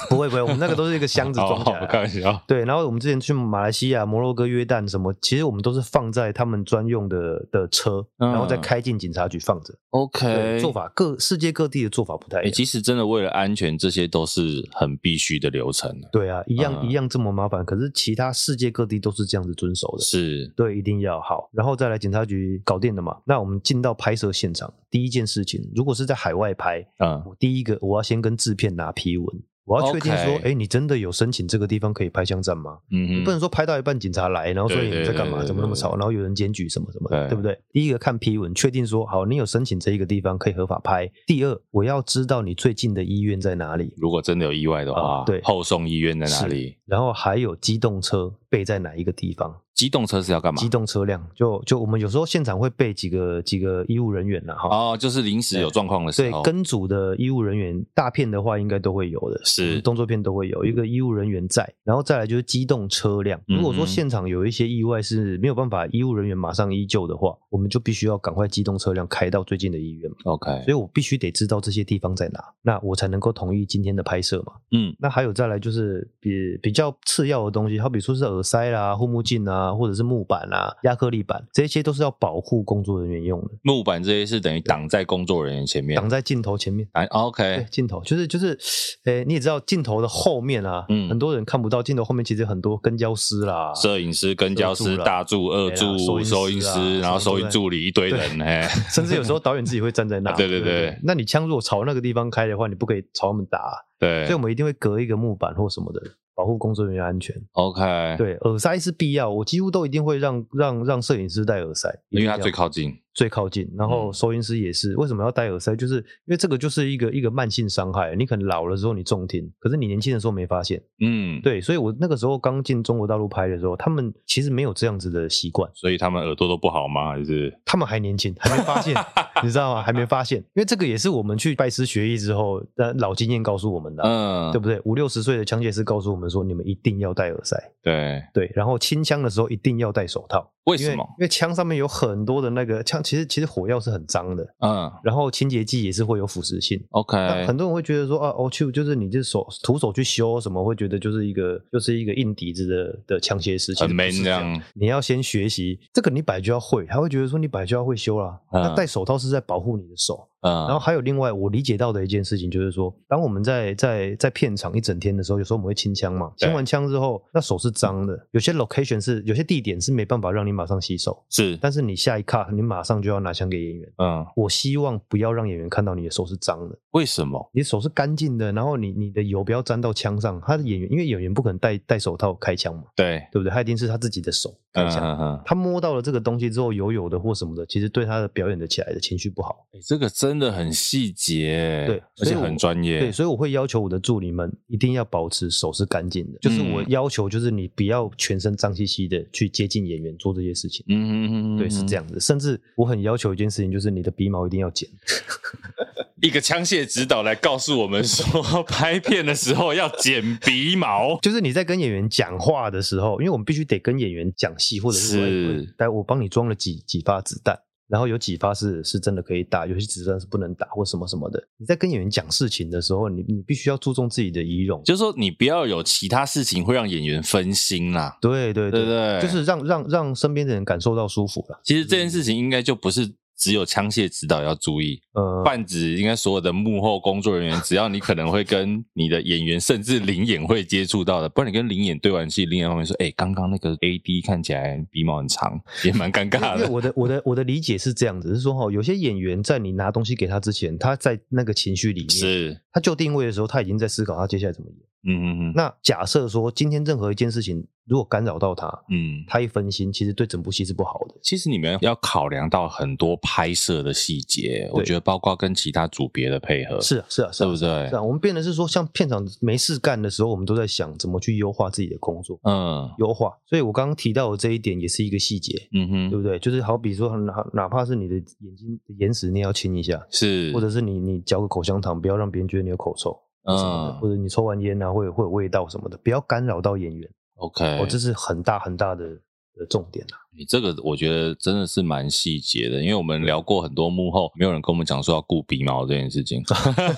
Speaker 4: 不会不会，我们那个都是一个箱子装起
Speaker 1: 好，
Speaker 4: 来
Speaker 1: 我
Speaker 4: 的
Speaker 1: 哦开。玩笑。
Speaker 4: 对，然后我们之前去马来西亚、摩洛哥、约旦什么，其实我们都是放在他们专用的的车，
Speaker 1: 嗯
Speaker 4: 然后再开进警察局放着。对，
Speaker 1: OK，
Speaker 4: 做法各世界各地的做法不太一
Speaker 1: 哎，
Speaker 4: 样。
Speaker 1: 其实真的为了安全，这些都是很必须的流程。
Speaker 4: 对啊，一样、
Speaker 1: 嗯
Speaker 4: 一样这么麻烦，可是其他世界各地都是这样子遵守的。
Speaker 1: 是
Speaker 4: 对，一定要好，然后再来警察局搞定了嘛？那我们进到拍摄现场，第一件事情，如果是在海外拍，
Speaker 1: 嗯，
Speaker 4: 我第一个我要先跟制片拿批文，我要确定说，
Speaker 1: OK
Speaker 4: 哎，你真的有申请这个地方可以拍枪战吗？
Speaker 1: 嗯
Speaker 4: 你不
Speaker 1: 哼，
Speaker 4: 能说拍到一半警察来，然后说
Speaker 1: 对
Speaker 4: 你们在干嘛？
Speaker 1: 对对
Speaker 4: 怎么那么
Speaker 1: 对
Speaker 4: 吵？然后有人检举什么什么的，
Speaker 1: 对
Speaker 4: 对不对？第一个看批文，确定说好，你有申请这一个地方可以合法拍。第二，我要知道你最近的医院在哪里，
Speaker 1: 如果真的有意外的话
Speaker 4: 啊，对
Speaker 1: 后送医院在哪
Speaker 4: 是
Speaker 1: 里？
Speaker 4: 然后还有机动车备在哪一个地方。
Speaker 1: 机动车是要干嘛
Speaker 4: 机？动车辆，就就我们有时候现场会备几个几个医务人员了哈。
Speaker 1: 哦，就是哦临时有状况的
Speaker 4: 所
Speaker 1: 时
Speaker 4: 以
Speaker 1: 候，
Speaker 4: 跟组的医务人员，大片的话应该都会有的，嗯
Speaker 1: 是嗯
Speaker 4: 动作片都会有一个医务人员在，然后再来就是机动车辆。如果
Speaker 1: 嗯
Speaker 4: 说
Speaker 1: 哼
Speaker 4: 现场有一些意外是没有办法医务人员马上医救的话，我们就必须要赶快机动车辆开到最近的医院嘛。
Speaker 1: OK，
Speaker 4: 所以我必须得知道这些地方在哪，那我才能够同意今天的拍摄嘛。
Speaker 1: 嗯，
Speaker 4: 那还有再来就是比比较次要的东西，好比说是耳塞啦、护目镜啊、啊，或者是木板啊、亚克力板，这些都是要保护工作人员用的，
Speaker 1: 木板这些是等于挡在工作人员前面。
Speaker 4: 挡在镜头前面。
Speaker 1: 哎
Speaker 4: 对
Speaker 1: ，OK，
Speaker 4: 镜头就是就是，诶、你也知道镜头的后面啊，
Speaker 1: 嗯
Speaker 4: 很多人看不到镜头后面，其实很多跟焦师啦，
Speaker 1: 摄影师、跟教师、
Speaker 4: 遮住了
Speaker 1: 大助、二
Speaker 4: 对啦
Speaker 1: 助、
Speaker 4: 收音师啊
Speaker 1: 收音师，然后收
Speaker 4: 收音
Speaker 1: 音
Speaker 4: 助
Speaker 1: 助理一堆人，嘿，
Speaker 4: 甚至有时候导演自己会站在那。
Speaker 1: 啊对对对
Speaker 4: 那你枪如果朝那个地方开的话，你不可以朝他们打啊、
Speaker 1: 对
Speaker 4: 所以我们一定会隔一个木板或什么的，保护工作人员安全。
Speaker 1: ，OK，
Speaker 4: 对，耳塞是必要，我几乎都一定会让让让摄影师戴耳塞，
Speaker 1: 因为
Speaker 4: 一
Speaker 1: 他
Speaker 4: 定要
Speaker 1: 最靠近，
Speaker 4: 最靠近，然后
Speaker 1: 嗯
Speaker 4: 收音师也是。为什么要戴耳塞？就是因为这个就是一个一个慢性伤害，你可能老了之后你重听，可是你年轻的时候没发现。
Speaker 1: 嗯，，
Speaker 4: 对，所以我那个时候刚进中国大陆拍的时候，他们其实没有这样子的习惯。
Speaker 1: 所以他们耳朵都不好吗？还是
Speaker 4: 他们还年轻，还没 发现，你知道吗？还没发现，因为这个也是我们去拜师学艺之后，那老经验告诉我们的啊、
Speaker 1: 嗯，
Speaker 4: 对不对？五六十岁的枪械师告诉我们说，你们一定要戴耳塞，
Speaker 1: 对，
Speaker 4: 对，然后清枪的时候一定要戴手套，
Speaker 1: 为
Speaker 4: 因为
Speaker 1: 什么
Speaker 4: 因？为枪上面有很多的那个枪，其实其实火药是很脏的，
Speaker 1: 嗯
Speaker 4: 然后清洁剂也是会有腐蚀性。
Speaker 1: ，OK，
Speaker 4: 那很多人会觉得说啊，哦，去就是你这手徒手去修什么，会觉得就是一个就是一个硬底子的的枪械师，其实
Speaker 1: 很
Speaker 4: 不
Speaker 1: man
Speaker 4: 是
Speaker 1: 这
Speaker 4: 这样。
Speaker 1: 样，
Speaker 4: 你要先学习这个，你本来就要会，他会觉得说你本来就要会修啦。
Speaker 1: 嗯
Speaker 4: 那戴手套是在保护你的手。
Speaker 1: 嗯，
Speaker 4: 然后还有另外我理解到的一件事情，就是说，当我们在在在片场一整天的时候，有时候我们会清枪嘛，
Speaker 1: 对
Speaker 4: 清完枪之后，那手是脏的，有些 location 是有些地点是没办法让你马上洗手，
Speaker 1: 是，
Speaker 4: 但是你下一卡你马上就要拿枪给演员。
Speaker 1: 嗯，
Speaker 4: 我希望不要让演员看到你的手是脏的，
Speaker 1: 为什么？
Speaker 4: 你的手是干净的，然后你你的油不要沾到枪上。他的演员因为演员不可能戴戴手套开枪嘛，
Speaker 1: 对，
Speaker 4: 对不对？他一定是他自己的手开
Speaker 1: 嗯
Speaker 4: 枪。
Speaker 1: 嗯嗯，
Speaker 4: 他摸到了这个东西之后，油油的或什么的，其实对他的表演的起来的情绪不好。
Speaker 1: 诶哎这个真的很细节，
Speaker 4: 对
Speaker 1: 而
Speaker 4: 所
Speaker 1: 且
Speaker 4: 以我
Speaker 1: 很专业，
Speaker 4: 对，所以我会要求我的助理们一定要保持手是干净
Speaker 1: 嗯
Speaker 4: 的，就是我要求就是你不要全身脏兮兮的去接近演员做这些事情。
Speaker 1: 嗯嗯嗯，
Speaker 4: 对，是这
Speaker 1: 样。
Speaker 4: 样子。甚至我很要求一件事情，就是你的鼻毛一定要剪。
Speaker 1: 一个枪械指导来告诉我们说，拍片的时候要剪鼻毛。
Speaker 4: 就是你在跟演员讲话的时候，因为我们必须得跟演员讲戏，或者是说，
Speaker 1: 是
Speaker 4: 哎，哎我帮你装了几几发子弹，然后有几发是是真的可以打，有些子弹是不能打或什么什么的。你在跟演员讲事情的时候，你你必须要注重自己的仪容。
Speaker 1: 就是说，你不要有其他事情会让演员分心啦。
Speaker 4: 对对
Speaker 1: 对
Speaker 4: 对
Speaker 1: 对
Speaker 4: 就是让让让身边的人感受到舒服了。
Speaker 1: 其实这件事情应该就不是只有枪械指导要注意，
Speaker 4: 呃，
Speaker 1: 泛指应该所有的幕后工作人 员，只要你可能会跟你的演员甚至灵演会接触到的，不然你跟灵演对完戏，灵演方面说：“哎、刚刚那个 AD 看起来鼻毛很长，也蛮尴尬
Speaker 4: 因为
Speaker 1: 的。
Speaker 4: 我的 我的我的理解是这样子，是说哈，有些演员在你拿东西给他之前，他在那个情绪里”面，
Speaker 1: 是，
Speaker 4: 他就定位的时候，他已经在思考他接下来怎么演。
Speaker 1: 嗯嗯嗯
Speaker 4: 那假设说今天任何一件事情如果干扰到他，
Speaker 1: 嗯。
Speaker 4: 他一分心，其实对整部戏是不好的。
Speaker 1: 其实你们要考量到很多拍摄的细节，我觉得包括跟其他组别的配合，
Speaker 4: 是啊，是啊，是
Speaker 1: 对
Speaker 4: 啊，
Speaker 1: 不呃对
Speaker 4: 是？啊，我们变的是说，像片场没事干的时候，我们都在想怎么去优化自己的工作，
Speaker 1: 嗯
Speaker 4: 优化。所以我刚刚提到的这一点也是一个细节，
Speaker 1: 嗯
Speaker 4: 对
Speaker 1: 哼，
Speaker 4: 不对？就是好比说，哪哪怕是你的眼睛的眼屎，你也要清一下，
Speaker 1: 是，
Speaker 4: 或者是你你嚼个口香糖，不要让别人觉得你有口臭。或什么的
Speaker 1: 嗯
Speaker 4: 或者你抽完烟啊，会有会有味道什么的，不要干扰到演员。
Speaker 1: OK，
Speaker 4: 哦，这是很大很大的的重点啊。
Speaker 1: 你这个我觉得真的是蛮细节的，因为我们聊过很多幕后，没有人跟我们讲说要顾鼻毛这件事 情。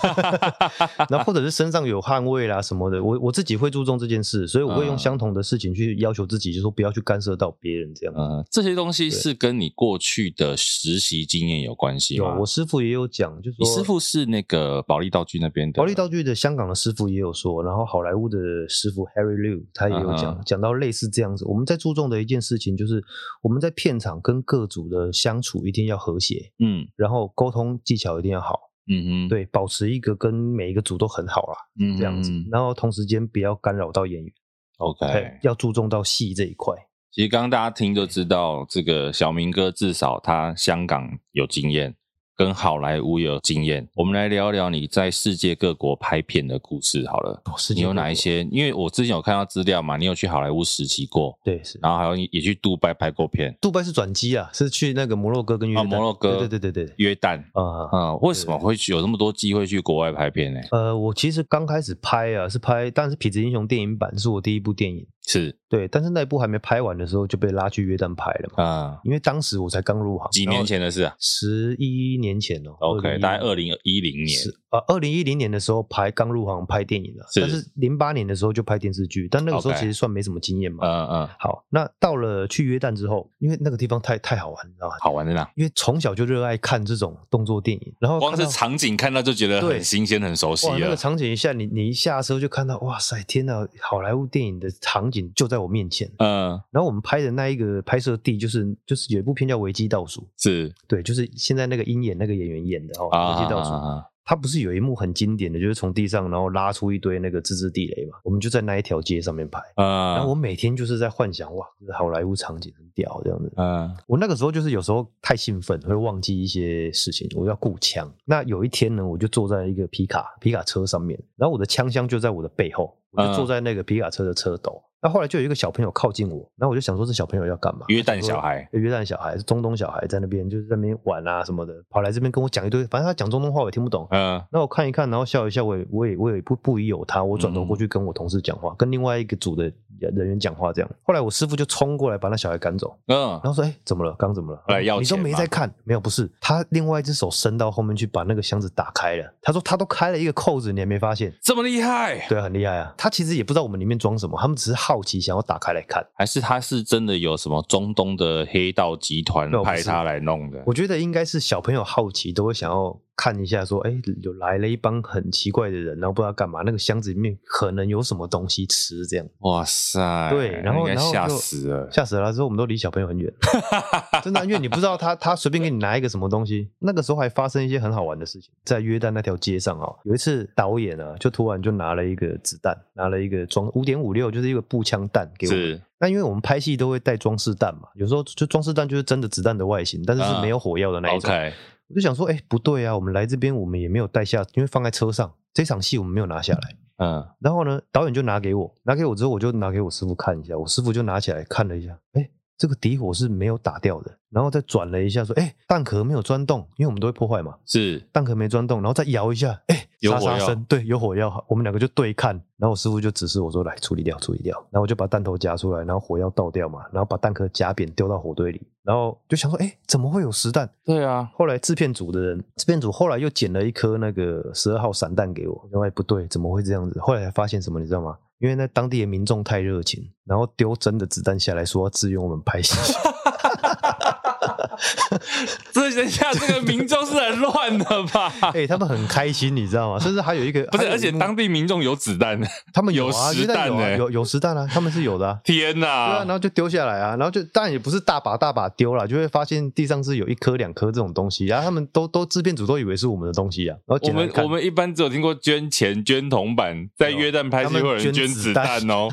Speaker 4: 然后或者是身上有汗味啦什么的，我我自己会注重这件事，所以我会用
Speaker 1: 嗯
Speaker 4: 相同的事情去要求自己，就是说不要去干涉到别人这样。
Speaker 1: 嗯，这些东西是跟你过去的实习经验有关系
Speaker 4: 有
Speaker 1: 吗？
Speaker 4: 我师傅也有讲，就是
Speaker 1: 你
Speaker 4: 说
Speaker 1: 师傅啊是那个保利道具那边的，
Speaker 4: 保利道具的香港的师傅也有说，然后好莱坞的师傅 Harry Liu 他也有
Speaker 1: 嗯
Speaker 4: 讲
Speaker 1: 哼
Speaker 4: 讲到类似这样子。我们在注重的一件事情就是我们在片场跟各组的相处一定要和谐，
Speaker 1: 嗯
Speaker 4: 然后沟通技巧一定要好，
Speaker 1: 嗯哼，
Speaker 4: 对，保持一个跟每一个组都很好啦，
Speaker 1: 嗯哼，
Speaker 4: 这样子。然后同时间不要干扰到演员，
Speaker 1: OK，
Speaker 4: 哎要注重到戏这一块。
Speaker 1: 其实刚刚大家听就知道，这个小明哥至少他香港有经验，跟好莱坞也有经验。我们来聊聊你在世界各国拍片的故事好了。
Speaker 4: 哦，世
Speaker 1: 你
Speaker 4: 界
Speaker 1: 有
Speaker 4: 各
Speaker 1: 哪
Speaker 4: 国
Speaker 1: 一？些？因为我之前有看到资料嘛，你有去好莱坞实习过，
Speaker 4: 对，是。
Speaker 1: 然后还有也去杜拜拍过片，
Speaker 4: 杜拜是转机啊，是去那个摩洛哥跟约
Speaker 1: 啊，
Speaker 4: 旦。
Speaker 1: 摩洛哥，
Speaker 4: 对对对对对。
Speaker 1: 约旦，
Speaker 4: 啊、
Speaker 1: 啊，为什么会去有那么多机会去国外拍片呢？
Speaker 4: 呃，我其实刚开始拍啊，是拍，但是《痞子英雄》电影版是我第一部电影，
Speaker 1: 是
Speaker 4: 对，但是那一部还没拍完的时候就被拉去约旦拍了嘛，
Speaker 1: 啊，
Speaker 4: 因为当时我才刚入行，
Speaker 1: 几年前的事啊
Speaker 4: 十一年前哦
Speaker 1: ，OK，
Speaker 4: 2011
Speaker 1: 大概二零一零年，
Speaker 4: 是啊，二零一零年的时候拍刚入行拍电影了，
Speaker 1: 是
Speaker 4: 但是零八年的时候就拍电视剧，但那个时候
Speaker 1: OK
Speaker 4: 其实算没什么经验嘛。
Speaker 1: 嗯嗯，
Speaker 4: 好，那到了去约旦之后，因为那个地方太太好玩，你知道吗？
Speaker 1: 好玩在哪？
Speaker 4: 因为从小就热爱看这种动作电影，然后
Speaker 1: 光
Speaker 4: 看
Speaker 1: 是
Speaker 4: 到
Speaker 1: 场啊景看到就觉得
Speaker 4: 对
Speaker 1: 很新鲜、很熟悉
Speaker 4: 哇，那
Speaker 1: 了
Speaker 4: 个。场景一下，你你一下车就看到，哇塞，天呐，好莱坞电影的场景就在我面前。
Speaker 1: 嗯，
Speaker 4: 然后我们拍的那一个拍摄地，就是就是有一部片叫《危机倒数》，
Speaker 1: 是
Speaker 4: 对，就是现在那个鹰眼那个演员演的哦，
Speaker 1: 啊，
Speaker 4: 《危机倒数》
Speaker 1: 啊
Speaker 4: 它不是有一幕很经典的，就是从地上然后拉出一堆那个自制地雷嘛？我们就在那一条街上面拍。然后我
Speaker 1: 嗯
Speaker 4: 每天就是在幻想，哇，这好莱坞场景很屌这样子。
Speaker 1: 嗯
Speaker 4: 我那个时候就是有时候太兴奋，会忘记一些事情，我要顾枪。那有一天呢，我就坐在一个皮卡皮卡车上面，然后我的枪箱就在我的背后，我就坐在那个皮卡车的车斗。那后来就有一个小朋友靠近我，然后我就想说这小朋友要干嘛？
Speaker 1: 约旦小孩
Speaker 4: 约旦小孩、中东小孩在那边就是在那边玩啊什么的，跑来这边跟我讲一堆，反正他讲中东话我也听不懂。
Speaker 1: 嗯
Speaker 4: 那我看一看，然后笑一笑，我也我也我也不不疑有他，我转头过去跟我同事讲话，跟另外一个组的人员讲话，这样。后来我师傅就冲过来把那小孩赶走，
Speaker 1: 嗯，
Speaker 4: 然后说：“哎、怎么了？刚怎么了？
Speaker 1: 来要
Speaker 4: 你都
Speaker 1: 钱
Speaker 4: 没
Speaker 1: 吗
Speaker 4: 在看？没有，不是他另外一只手伸到后面去把那个箱子打开了。他说他都开了一个扣子，你还没发现？
Speaker 1: 这么厉害，
Speaker 4: 对啊，很厉害啊。他其实也不知道我们里面装什么，他们只是好奇想要打开来看。
Speaker 1: 还是他是真的有什么中东的黑道集团
Speaker 4: 那我不
Speaker 1: 派
Speaker 4: 是
Speaker 1: 他来弄的？
Speaker 4: 我觉得应该是小朋友好奇都会想要看一下，说：哎、有来了一帮很奇怪的人，然后不知道干嘛，那个箱子里面可能有什么东西吃这样。”
Speaker 1: 哇塞，
Speaker 4: 对，然后
Speaker 1: 应
Speaker 4: 然
Speaker 1: 该
Speaker 4: 后
Speaker 1: 吓
Speaker 4: 就
Speaker 1: 死了，
Speaker 4: 吓死了！之后我们都离小朋友很远，真的啊，因为你不知道他他随便给你拿一个什么东西。那个时候还发生一些很好玩的事情，在约旦那条街上啊、哦，有一次导演啊就突然就拿了一个子弹，拿了一个装五点五六，就是一个步枪弹给我们。
Speaker 1: 是
Speaker 4: 那因为我们拍戏都会带装饰弹嘛，有时候就装饰弹就是真的子弹的外形，但是是
Speaker 1: 嗯
Speaker 4: 没有火药的那一种。
Speaker 1: OK，
Speaker 4: 我就想说，哎、不对啊，我们来这边我们也没有带下，因为放在车上，这场戏我们没有拿下来。
Speaker 1: 嗯，
Speaker 4: 然后呢，导演就拿给我，拿给我之后，我就拿给我师傅看一下，我师傅就拿起来看了一下，哎，这个底火是没有打掉的，然后再转了一下，说，哎，弹壳没有钻洞，因为我们都会破坏嘛，
Speaker 1: 是
Speaker 4: 弹壳没钻洞，然后再摇一下，哎，
Speaker 1: 有
Speaker 4: 沙
Speaker 1: 火
Speaker 4: 沙
Speaker 1: 药
Speaker 4: 声，对，有火药，我们两个就对看，然后我师傅就指示我说，来处理掉，处理掉，然后我就把弹头夹出来，然后火药倒掉嘛，然后把弹壳夹扁丢到火堆里，然后就想说，哎，怎么会有实弹？
Speaker 1: 对啊，
Speaker 4: 后来制片组的人，制片组后来又捡了一颗那个十二号散弹给我，因为不对，怎么会这样子？后来才发现什么，你知道吗？因为那当地的民众太热情，然后丢真的子弹下来说要支援我们拍戏，
Speaker 1: 这人家这个民众是很乱的 吧？
Speaker 4: 哎、他们很开心，你知道吗？甚至还有一个
Speaker 1: 不
Speaker 4: 还
Speaker 1: 是，
Speaker 4: 有一
Speaker 1: 而且
Speaker 4: 幕
Speaker 1: 当地民众有子弹，
Speaker 4: 他们有啊，
Speaker 1: 有
Speaker 4: 实
Speaker 1: 实
Speaker 4: 弹
Speaker 1: 弹
Speaker 4: 有啊
Speaker 1: 欸
Speaker 4: 有有实弹啊，他们是有 的啊。
Speaker 1: 天
Speaker 4: 对啊，
Speaker 1: 哪
Speaker 4: 然！后就丢下来啊，然后就当然也不是大把大把丢啦，就会发现地上是有一颗两颗这种东西，然后他们都都制片组都以为是我们的东西啊，然后
Speaker 1: 我
Speaker 4: 捡来
Speaker 1: 们
Speaker 4: 看
Speaker 1: 我们一般只有听过捐钱、捐铜板，在
Speaker 4: 有
Speaker 1: 约旦拍戏
Speaker 4: 他们
Speaker 1: 会有人
Speaker 4: 捐
Speaker 1: 捐
Speaker 4: 子
Speaker 1: 子
Speaker 4: 弹
Speaker 1: 弹哦，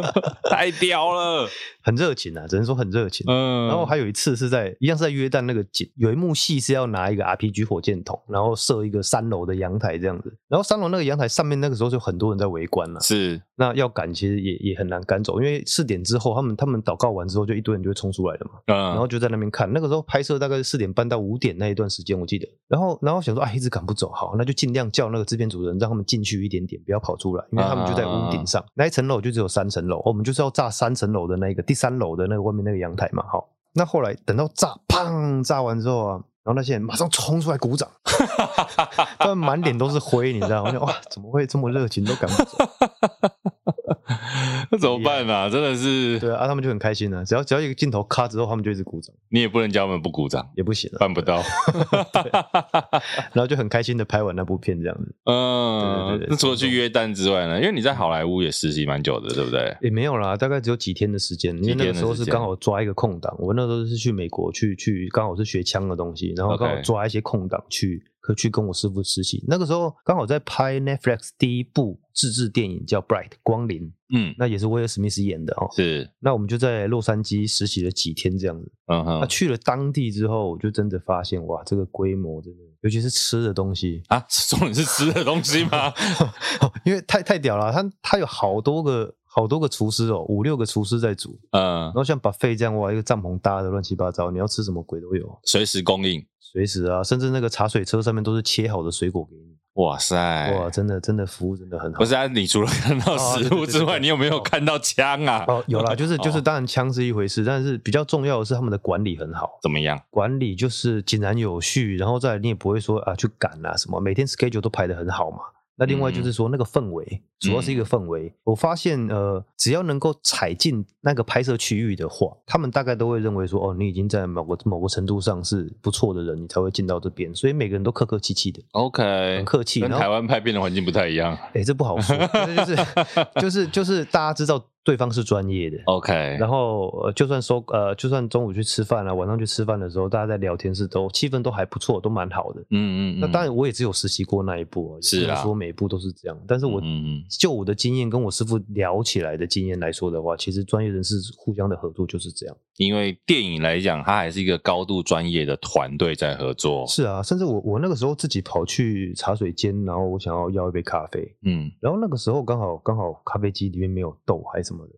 Speaker 1: 太屌了。
Speaker 4: 很热情啊，只能说很热情。
Speaker 1: 嗯，
Speaker 4: 然后还有一次是在一样是在约旦那个景，有一幕戏是要拿一个 RPG 火箭筒，然后射一个三楼的阳台这样子。然后三楼那个阳台上面那个时候就很多人在围观了、
Speaker 1: 是
Speaker 4: 那要赶其实也也很难赶走，因为四点之后他们他们祷告完之后就一堆人就会冲出来了嘛，
Speaker 1: 嗯，
Speaker 4: 然后就在那边看。那个时候拍摄大概是四点半到五点那一段时间我记得。然后然后想说哎一直赶不走，好那就尽量叫那个制片主人让他们进去一点点，不要跑出来，因为他们就在屋顶上，那一层楼就只有三层楼，哦我们就是要炸三层楼的那个第三楼的那个外面那个阳台嘛，好。那后来等到炸，砰！炸完之后啊，然后那些人马上冲出来鼓掌，他们满脸都是灰，你知道吗？我想哇，怎么会这么热情，都赶不走？
Speaker 1: 那怎么办啊？真的是，
Speaker 4: 对啊，啊他们就很开心啊，只要只要一个镜头咔之后，他们就一直鼓掌，
Speaker 1: 你也不能叫他们不鼓掌，
Speaker 4: 也不行啊，
Speaker 1: 办不到。
Speaker 4: 然后就很开心的拍完那部片这样子。对对
Speaker 1: 嗯
Speaker 4: 对，
Speaker 1: 那除了去
Speaker 4: 这种
Speaker 1: 约旦之外呢？因为你在好莱坞也实习蛮久的，对不对？
Speaker 4: 也没有啦，大概只有几天的时间，因为
Speaker 1: 几
Speaker 4: 那
Speaker 1: 天
Speaker 4: 个
Speaker 1: 的
Speaker 4: 时候是
Speaker 1: 时间
Speaker 4: 刚好抓一个空档。我那时候是去美国去去，刚好是学枪的东西，然后
Speaker 1: OK
Speaker 4: 刚好抓一些空档去可去跟我师傅实习。那个时候刚好在拍 Netflix 第一部自制电影叫《Bright 光临》，
Speaker 1: 嗯，
Speaker 4: 那也是威尔史密斯演的哦。
Speaker 1: 是，
Speaker 4: 那我们就在洛杉矶实习了几天这样子。
Speaker 1: 嗯
Speaker 4: 那、
Speaker 1: 哼，
Speaker 4: 啊去了当地之后，我就真的发现哇，这个规模真的，尤其是吃的东西，
Speaker 1: 啊，重点是吃的东西吗？
Speaker 4: 因为太太屌了，他他有好多个好多个厨师哦，五六个厨师在煮，
Speaker 1: 嗯
Speaker 4: 然，后像把费这样哇，一个帐篷搭的乱七八糟，你要吃什么鬼都有，
Speaker 1: 随时供应。
Speaker 4: 随时啊，甚至那个茶水车上面都是切好的水果给你，
Speaker 1: 哇塞，
Speaker 4: 哇，真的真的服务真的很好。
Speaker 1: 哎不是啊，你除了看到
Speaker 4: 哦对
Speaker 1: 食
Speaker 4: 对
Speaker 1: 物
Speaker 4: 对
Speaker 1: 之
Speaker 4: 对
Speaker 1: 外，
Speaker 4: 对
Speaker 1: 你有没有
Speaker 4: 哦
Speaker 1: 看到枪啊？
Speaker 4: 哦，有啦，就是就 是，
Speaker 1: 哦
Speaker 4: 当然枪是一回事，但是比较重要的是他们的管理很好，
Speaker 1: 怎么样？
Speaker 4: 管理就是井然有序，然后再来你也不会说啊去赶啊什么，每天 schedule 都排得很好嘛。那另
Speaker 1: 嗯
Speaker 4: 外就是说那个氛围，主要是一个氛围。我发现呃，只要能够踩进那个拍摄区域的话，他们大概都会认为说哦，你已经在某个某个程度上是不错的人，你才会进到这边。所以每个人都客客气气的，
Speaker 1: OK，
Speaker 4: 很客气。
Speaker 1: 跟
Speaker 4: 然后
Speaker 1: 台湾拍片的环境不太一样。
Speaker 4: 哎、这不 好说，但是就是就是就是大家知道对方是专业的。
Speaker 1: OK，
Speaker 4: 然后呃，就算收呃，就算中午去吃饭啊，晚上去吃饭的时候，大家在聊天是都气氛都还不错，都蛮好的。
Speaker 1: 嗯嗯，
Speaker 4: 那当
Speaker 1: 然，
Speaker 4: 然，我也只有实习过那一步而已，
Speaker 1: 是
Speaker 4: 不能
Speaker 1: 啊
Speaker 4: 说每一步都是这样。但是我
Speaker 1: 嗯嗯嗯
Speaker 4: 就我的经验跟我师傅聊起来的经验来说的话，其实专业人士互相的合作就是这样。
Speaker 1: 因为电影来讲，它还是一个高度专业的团队在合作。
Speaker 4: 是啊，甚至我我那个时候自己跑去茶水间，然后我想要要一杯咖啡，
Speaker 1: 嗯，
Speaker 4: 然后那个时候刚好刚好咖啡机里面没有豆还是什么的，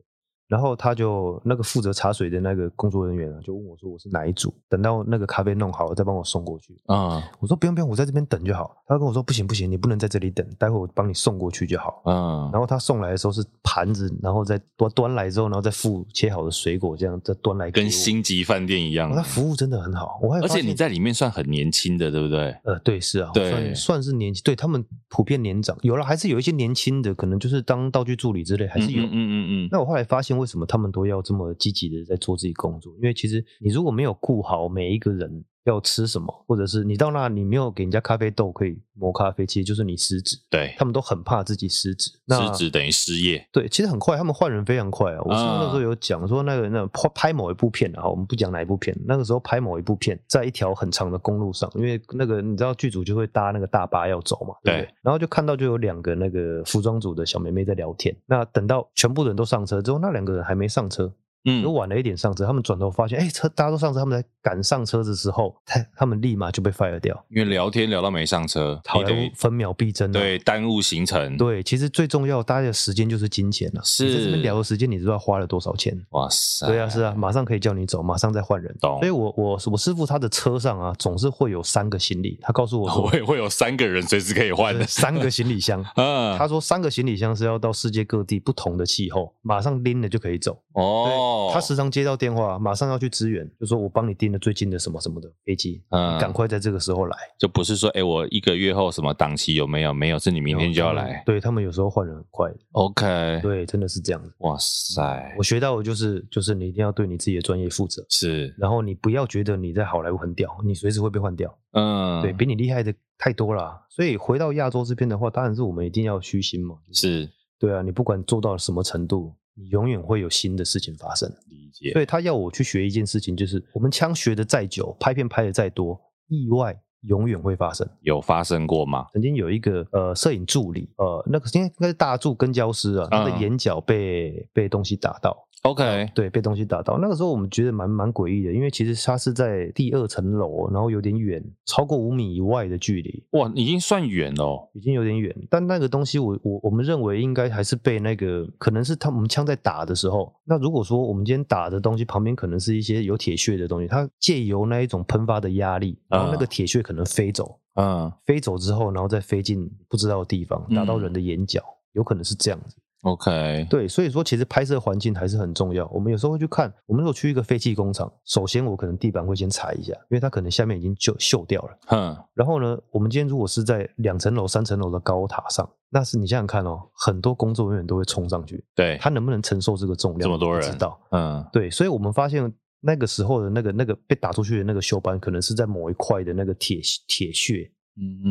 Speaker 4: 然后他就那个负责茶水的那个工作人员啊，就问我说我是哪一组，等到那个咖啡弄好了再帮我送过去。
Speaker 1: 啊
Speaker 4: 我说不用不用，我在这边等就好。他跟我说不行不行，你不能在这里等，待会我帮你送过去就好。
Speaker 1: 嗯，
Speaker 4: 然后他送来的时候是盘子，然后再端端来之后，然后再附切好的水果，这样再端来给我
Speaker 1: 跟星级饭店一样
Speaker 4: 哦。他服务真的很好，我还
Speaker 1: 而
Speaker 4: 发
Speaker 1: 且
Speaker 4: 现
Speaker 1: 你在里面算很年轻的，对不对？
Speaker 4: 呃，对，是啊，
Speaker 1: 对
Speaker 4: 算算是年纪，对他们普遍年长，有了还是有一些年轻的，可能就是当道具助理之类，还是有。
Speaker 1: 嗯嗯嗯嗯嗯，
Speaker 4: 那我后来发现，为什么他们都要这么积极的在做自己工作？因为其实你如果没有顾好每一个人要吃什么，或者是你到那你没有给人家咖啡豆可以磨咖啡，其实就是你失职。
Speaker 1: 对
Speaker 4: 他，们都很怕自己失职。那
Speaker 1: 失职等于失业。
Speaker 4: 对，其实很快，他们换人非常快啊。我上那时候有讲说，那个那拍拍某一部片啊，我们不讲哪一部片，那个时候拍某一部片，在一条很长的公路上，因为那个你知道剧组就会搭那个大巴要走嘛，对不对？
Speaker 1: 对
Speaker 4: 然后就看到就有两个那个服装组的小妹妹在聊天。那等到全部人都上车之后，那两个人还没上车，
Speaker 1: 嗯
Speaker 4: 又，晚了一点上车。他们转头发现，哎，车大家都上车，他们在赶上车的时候，他他们立马就被 fire 掉，
Speaker 1: 因为聊天聊到没上车，
Speaker 4: 好
Speaker 1: 你
Speaker 4: 莱
Speaker 1: 等于
Speaker 4: 坞分秒必争、啊。
Speaker 1: 对耽误行程。，
Speaker 4: 对，其实最重要，大家的时间就是金钱啊。
Speaker 1: 是
Speaker 4: 你在这边聊的时间，你知道花了多少钱？
Speaker 1: 哇塞，
Speaker 4: 对啊，是啊，马上可以叫你走，马上再换人。
Speaker 1: 懂
Speaker 4: 所以我我我师傅他的车上啊，总是会有三个行李。他告诉我说，
Speaker 1: 我也会有三个人随时可以换的
Speaker 4: 对。 三个行李箱。
Speaker 1: 嗯，
Speaker 4: 他说三个行李箱是要到世界各地不同的气候，马上拎了就可以走。
Speaker 1: 哦，
Speaker 4: 他时常接到电话，马上要去支援，就说我帮你订了最近的什么什么的飞机，
Speaker 1: 嗯
Speaker 4: 你赶快在这个时候来。
Speaker 1: 就不是说，哎、我一个月后什么档期有没有？没有，是你明天就要
Speaker 4: 然后他们
Speaker 1: 来。哎
Speaker 4: 对他们有时候换人很快的，
Speaker 1: OK，
Speaker 4: 对，真的是这样子。
Speaker 1: 哇塞
Speaker 4: 我，学到的就是，就是你一定要对你自己的专业负责，
Speaker 1: 是，
Speaker 4: 然后你不要觉得你在好莱坞很屌，你随时会被换掉。
Speaker 1: 嗯，
Speaker 4: 对比你厉害的太多了。啊所以回到亚洲这边的话，当然是我们一定要虚心嘛。就是对啊，你不管做到什么程度，你永远会有新的事情发生。
Speaker 1: 理解
Speaker 4: 所，以他要我去学一件事情，就是我们枪学的再久，拍片拍的再多，意外永远会发生。
Speaker 1: 有发生过吗？
Speaker 4: 曾经有一个呃摄影助理，呃，那个应该应该是大助跟焦师啊，他的
Speaker 1: 嗯
Speaker 4: 眼角被、被东西打到，
Speaker 1: OK，
Speaker 4: 对，被东西打到。那个时候我们觉得蛮蛮诡异的，因为其实他是在第二层楼，然后有点远，超过五米以外的距离，
Speaker 1: 哇，已经算远了哦。
Speaker 4: 已经有点远，但那个东西我我我们认为应该还是被那个可能是他我们枪在打的时候，那如果说我们今天打的东西旁边可能是一些有铁屑的东西，它借由那一种喷发的压力，然后那个铁屑可能飞走，
Speaker 1: 嗯
Speaker 4: 飞走之后，然后再飞进不知道的地方，
Speaker 1: 嗯
Speaker 4: 打到人的眼角，有可能是这样子。
Speaker 1: ，OK，
Speaker 4: 对，所以说其实拍摄环境还是很重要。我们有时候会去看，我们如果去一个废弃工厂，首先我可能地板会先踩一下，因为它可能下面已经就锈掉了。
Speaker 1: 哼，
Speaker 4: 然后呢，我们今天如果是在两层楼、三层楼的高塔上，那是你想想看哦，很多工作人员都会冲上去，
Speaker 1: 对，
Speaker 4: 他能不能承受这个重量？
Speaker 1: 哎这么多人
Speaker 4: 不知道。
Speaker 1: 嗯，
Speaker 4: 对，所以我们发现那个时候的那个那个被打出去的那个锈斑，可能是在某一块的那个铁铁屑，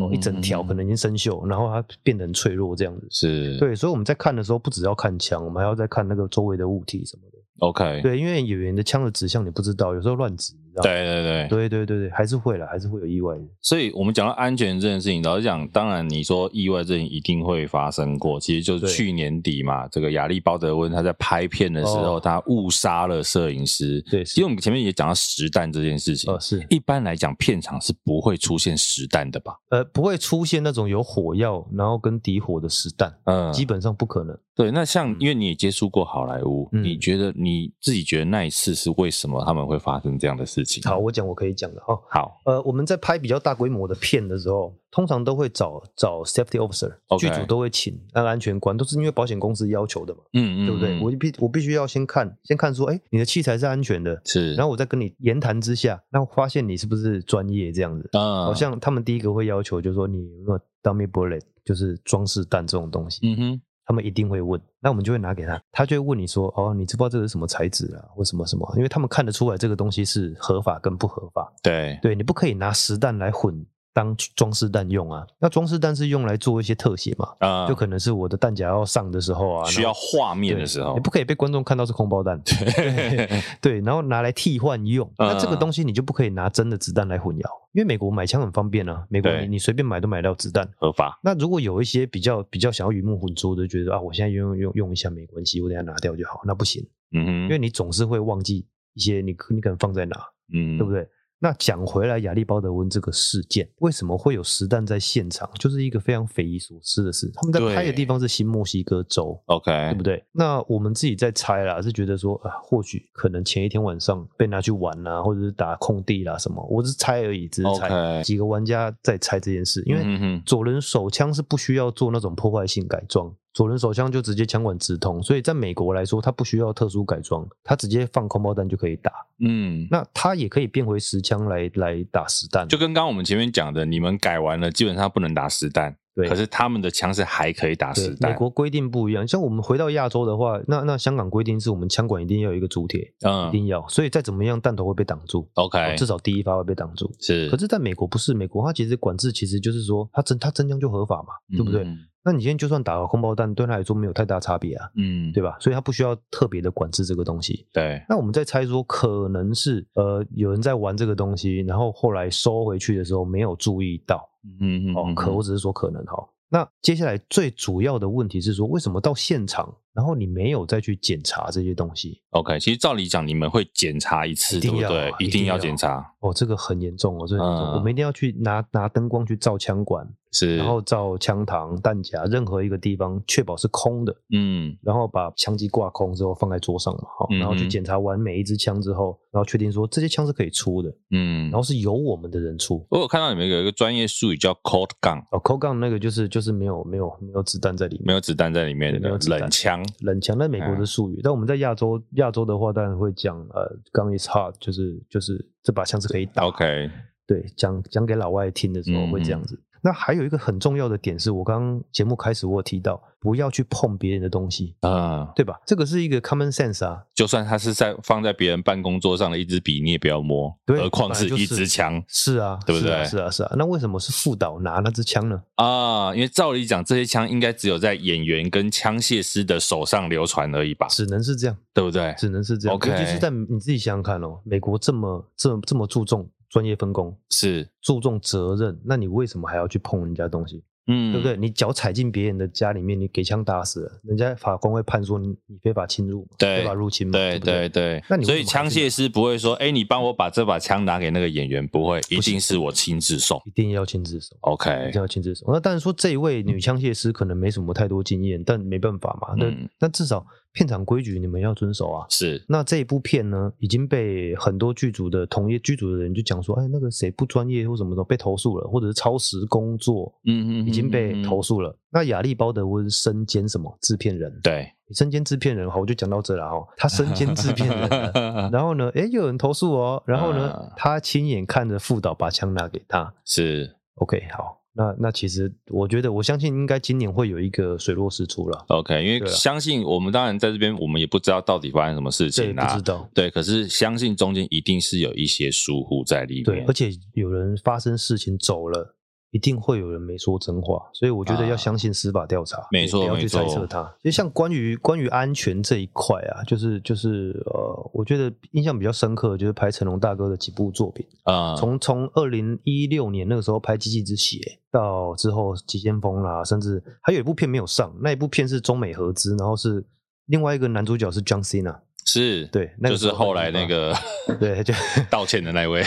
Speaker 4: 哦
Speaker 1: 嗯
Speaker 4: 一整条可能已经生锈，然后它变得很脆弱这样子。
Speaker 1: 是，
Speaker 4: 对，所以我们在看的时候，不只要看枪，我们还要再看那个周围的物体什么的。
Speaker 1: ，OK，
Speaker 4: 对，因为演员的枪的指向你不知道，有时候乱指，你知道吗？
Speaker 1: 对对对
Speaker 4: 对对对对，还是会了，还是会有意外的。
Speaker 1: 所以我们讲到安全这件事情，老实讲，当然你说意外这一定会发生过，其实就是
Speaker 4: 对
Speaker 1: 去年底嘛，这个亚历鲍德温他在拍片的时候，
Speaker 4: 哦
Speaker 1: 他误杀了摄影师。
Speaker 4: 对是
Speaker 1: 因为我们前面也讲到实弹这件事情，
Speaker 4: 呃，是
Speaker 1: 一般来讲片场是不会出现实弹的吧？
Speaker 4: 呃，不会出现那种有火药然后跟底火的实弹，
Speaker 1: 嗯，
Speaker 4: 基本上不可能。
Speaker 1: 对。那像因为你也接触过好莱坞，
Speaker 4: 嗯
Speaker 1: 你觉得你自己觉得那一次是为什么他们会发生这样的事事情。
Speaker 4: 好，我讲我可以讲的哈。
Speaker 1: 好，
Speaker 4: 呃，我们在拍比较大规模的片的时候，通常都会找找 safety officer，、
Speaker 1: OK
Speaker 4: 剧组都会请那个安全官，都是因为保险公司要求的嘛，
Speaker 1: 嗯嗯，
Speaker 4: 对不对？
Speaker 1: 嗯
Speaker 4: 我必我必须要先看，先看说，哎，你的器材是安全的，
Speaker 1: 是，
Speaker 4: 然后我再跟你言谈之下，那发现你是不是专业这样子。
Speaker 1: 嗯，
Speaker 4: 好像他们第一个会要求，就是说你有没有 dummy bullet，就是装饰弹这种东西。
Speaker 1: 嗯哼，
Speaker 4: 他们一定会问，那我们就会拿给他，他就会问你说，哦，你知不知道这个是什么材质啊，或什么什么？因为他们看得出来这个东西是合法跟不合法，
Speaker 1: 对，
Speaker 4: 对你不可以拿实弹来混当装饰弹用啊。那装饰弹是用来做一些特写嘛，
Speaker 1: 啊，
Speaker 4: 就可能是我的弹夹要上的时候啊，
Speaker 1: 需
Speaker 4: 然
Speaker 1: 要
Speaker 4: 后
Speaker 1: 画面的时
Speaker 4: 对
Speaker 1: 候
Speaker 4: 你，不可以被观众看到是空包弹，对对，然后拿来替换用。
Speaker 1: 嗯
Speaker 4: 那这个东西你就不可以拿真的子弹来混淆，因为美国买枪很方便啊，美国
Speaker 1: 对
Speaker 4: 你你随便买都买到子弹。
Speaker 1: 合法，
Speaker 4: 那如果有一些比较比较想要鱼目混珠的，觉得啊，我现在用用用一下没关系，我等一下拿掉就好，那不行，
Speaker 1: 嗯哼，
Speaker 4: 因为你总是会忘记一些你可你可能放在哪，
Speaker 1: 嗯，
Speaker 4: 对不对？那讲回来，亚历鲍德温这个事件，为什么会有实弹在现场，就是一个非常匪夷所思的事。他们在
Speaker 1: 对哎
Speaker 4: 拍的地方是新墨西哥州，
Speaker 1: ？OK，
Speaker 4: 对不对？那我们自己在猜啦，是觉得说啊，或许可能前一天晚上被拿去玩啦、或者是打空地啦什么，我只是猜而已，只是猜。
Speaker 1: OK
Speaker 4: 几个玩家在猜这件事，因
Speaker 1: 嗯
Speaker 4: 为
Speaker 1: 哼
Speaker 4: 左轮手枪是不需要做那种破坏性改装，左轮手枪就直接枪管直通，所以在美国来说，它不需要特殊改装，它直接放空包弹就可以打。
Speaker 1: 嗯，
Speaker 4: 那它也可以变回实枪来来打实弹，
Speaker 1: 就跟刚刚我们前面讲的，你们改完了，基本上不能打实弹，
Speaker 4: 对
Speaker 1: 可是他们的枪是还可以打
Speaker 4: 对
Speaker 1: 实
Speaker 4: 美
Speaker 1: 弹，
Speaker 4: 国规定不一样，像我们回到亚洲的话，那那香港规定是我们枪管一定要有一个主铁，一
Speaker 1: 嗯
Speaker 4: 定要，所以再怎么样弹头会被挡住。哦
Speaker 1: ，OK，
Speaker 4: 至少第一发会被挡住。
Speaker 1: 哎是，
Speaker 4: 可是，在美国不是，美国它其实管制其实就是说，它真它真枪就合法嘛，对不对？
Speaker 1: 嗯
Speaker 4: 那你今天就算打个空包弹，对他来说没有太大差别啊，
Speaker 1: 嗯，
Speaker 4: 对吧？所以它不需要特别的管制这个东西。
Speaker 1: 对，
Speaker 4: 那我们在猜说，可能是呃有人在玩这个东西，然后后来收回去的时候没有注意到
Speaker 1: 嗯嗯
Speaker 4: 哦，
Speaker 1: 嗯
Speaker 4: 可我只是说可能哈。那接下来最主要的问题是说，为什么到现场，然后你没有再去检查这些东西？
Speaker 1: OK，其实照理讲，你们会检查一次，
Speaker 4: 一
Speaker 1: 对
Speaker 4: 定
Speaker 1: 不
Speaker 4: 要啊
Speaker 1: 对？
Speaker 4: 一
Speaker 1: 一定
Speaker 4: 定
Speaker 1: 要
Speaker 4: 要
Speaker 1: 检查，
Speaker 4: 哦，这个很严重哦，这个很严
Speaker 1: 嗯
Speaker 4: 重，我们一定要去拿拿灯光去照枪管，
Speaker 1: 是，
Speaker 4: 然后照枪膛、弹夹任何一个地方，确保是空的，
Speaker 1: 嗯
Speaker 4: 然后把枪机挂空之后放在桌上嘛，好，
Speaker 1: 嗯
Speaker 4: 然后去检查完每一支枪之后，然后确定说这些枪是可以出的，
Speaker 1: 嗯，
Speaker 4: 然后是由我们的人出。
Speaker 1: 我有看到你们有一个专业术语叫 cold gun，
Speaker 4: 哦，扣杠那个就是就是没有没有没有子弹在里面，
Speaker 1: 没有哎子弹在里面
Speaker 4: 对没
Speaker 1: 的
Speaker 4: 有子弹
Speaker 1: 冷枪，
Speaker 4: 冷枪，那美国的术语。但我们在亚洲亚洲的话，当然会讲呃，gun is hard，就是就是这把枪是可以打。
Speaker 1: OK，
Speaker 4: 对，讲讲给老外听的时候
Speaker 1: 嗯
Speaker 4: 会这样子。那还有一个很重要的点是，我刚刚节目开始我有提到，不要去碰别人的东西，
Speaker 1: 啊，
Speaker 4: 对吧？这个是一个 common sense 啊，
Speaker 1: 就算它是在放在别人办公桌上的一支笔，你也不要摸，
Speaker 4: 对
Speaker 1: 何况是
Speaker 4: 本来就是
Speaker 1: 一支枪
Speaker 4: 是啊，
Speaker 1: 对不
Speaker 4: 是啊
Speaker 1: 对
Speaker 4: 是啊，是啊。那为什么是副导拿那支枪呢？
Speaker 1: 啊，因为照理讲，这些枪应该只有在演员跟枪械师的手上流传而已吧，
Speaker 4: 只能是这样，
Speaker 1: 对不对？
Speaker 4: 只能是这
Speaker 1: 哎
Speaker 4: 样。
Speaker 1: OK
Speaker 4: 尤其是在你自己想想看哦，美国这么这么这么注重专业分工，
Speaker 1: 是，
Speaker 4: 注重责任，那你为什么还要去碰人家东西？
Speaker 1: 嗯，
Speaker 4: 对不对？？你脚踩进别人的家里面，你给枪打死了，人家法官会判说你你非法侵入嘛，
Speaker 1: 对
Speaker 4: 非法入侵嘛，
Speaker 1: 对
Speaker 4: 不
Speaker 1: 对对，
Speaker 4: 那你为
Speaker 1: 所以
Speaker 4: 什么
Speaker 1: 枪
Speaker 4: 还是
Speaker 1: 械师不会说，哎、你帮我把这把枪拿给那个演员，不会，一定是我亲自送。
Speaker 4: 一定要亲自手。一
Speaker 1: OK，
Speaker 4: 定要亲自手。那当然说这一位女枪械师可能没什么太多经验，但没办法嘛。那、
Speaker 1: 嗯
Speaker 4: 那至少片场规矩你们要遵守啊。
Speaker 1: 是，
Speaker 4: 那这一部片呢，已经被很多剧组的同业剧组的人就讲说，哎，那个谁不专业或什么的被投诉了，或者是超时工作
Speaker 1: 嗯嗯，
Speaker 4: 已经被投
Speaker 1: 诉。
Speaker 4: 诉了。那亚历鲍德温身兼什么制片人？
Speaker 1: 对，
Speaker 4: 你身兼制片人哈，我就讲到这了哈。他身兼制片 人了，然后呢，哎，又有人投诉哦，然后呢
Speaker 1: 啊，
Speaker 4: 他亲眼看着副导把枪拿给他。
Speaker 1: 是
Speaker 4: OK，好，那那其实我觉得，我相信应该今年会有一个水落石出了。
Speaker 1: OK，因为
Speaker 4: 对啊
Speaker 1: 相信我们当然在这边，我们也不知道到底发生什么事
Speaker 4: 这
Speaker 1: 情
Speaker 4: 不知
Speaker 1: 啦。
Speaker 4: 道，
Speaker 1: 对，可是相信中间一定是有一些疏忽在里
Speaker 4: 对，
Speaker 1: 面
Speaker 4: 而。且有人发生事情走了，一定会有人没说真话，所以我觉得要
Speaker 1: 啊
Speaker 4: 相信司法调查，
Speaker 1: 没
Speaker 4: 你
Speaker 1: 错
Speaker 4: 不要
Speaker 1: 没
Speaker 4: 去猜
Speaker 1: 错
Speaker 4: 测它。其实像关于关于安全这一块啊，就是就是呃，我觉得印象比较深刻的就是拍成龙大哥的几部作品，
Speaker 1: 啊，
Speaker 4: 从从二零一六年那个时候拍《机器之血》，到之后《急先锋》啦，甚至还有一部片没有上，那一部片是中美合资，然后是另外一个男主角是 John Cena，
Speaker 1: 是，
Speaker 4: 对那个
Speaker 1: 就是后来那个
Speaker 4: 啊对，就
Speaker 1: 道歉的那 位，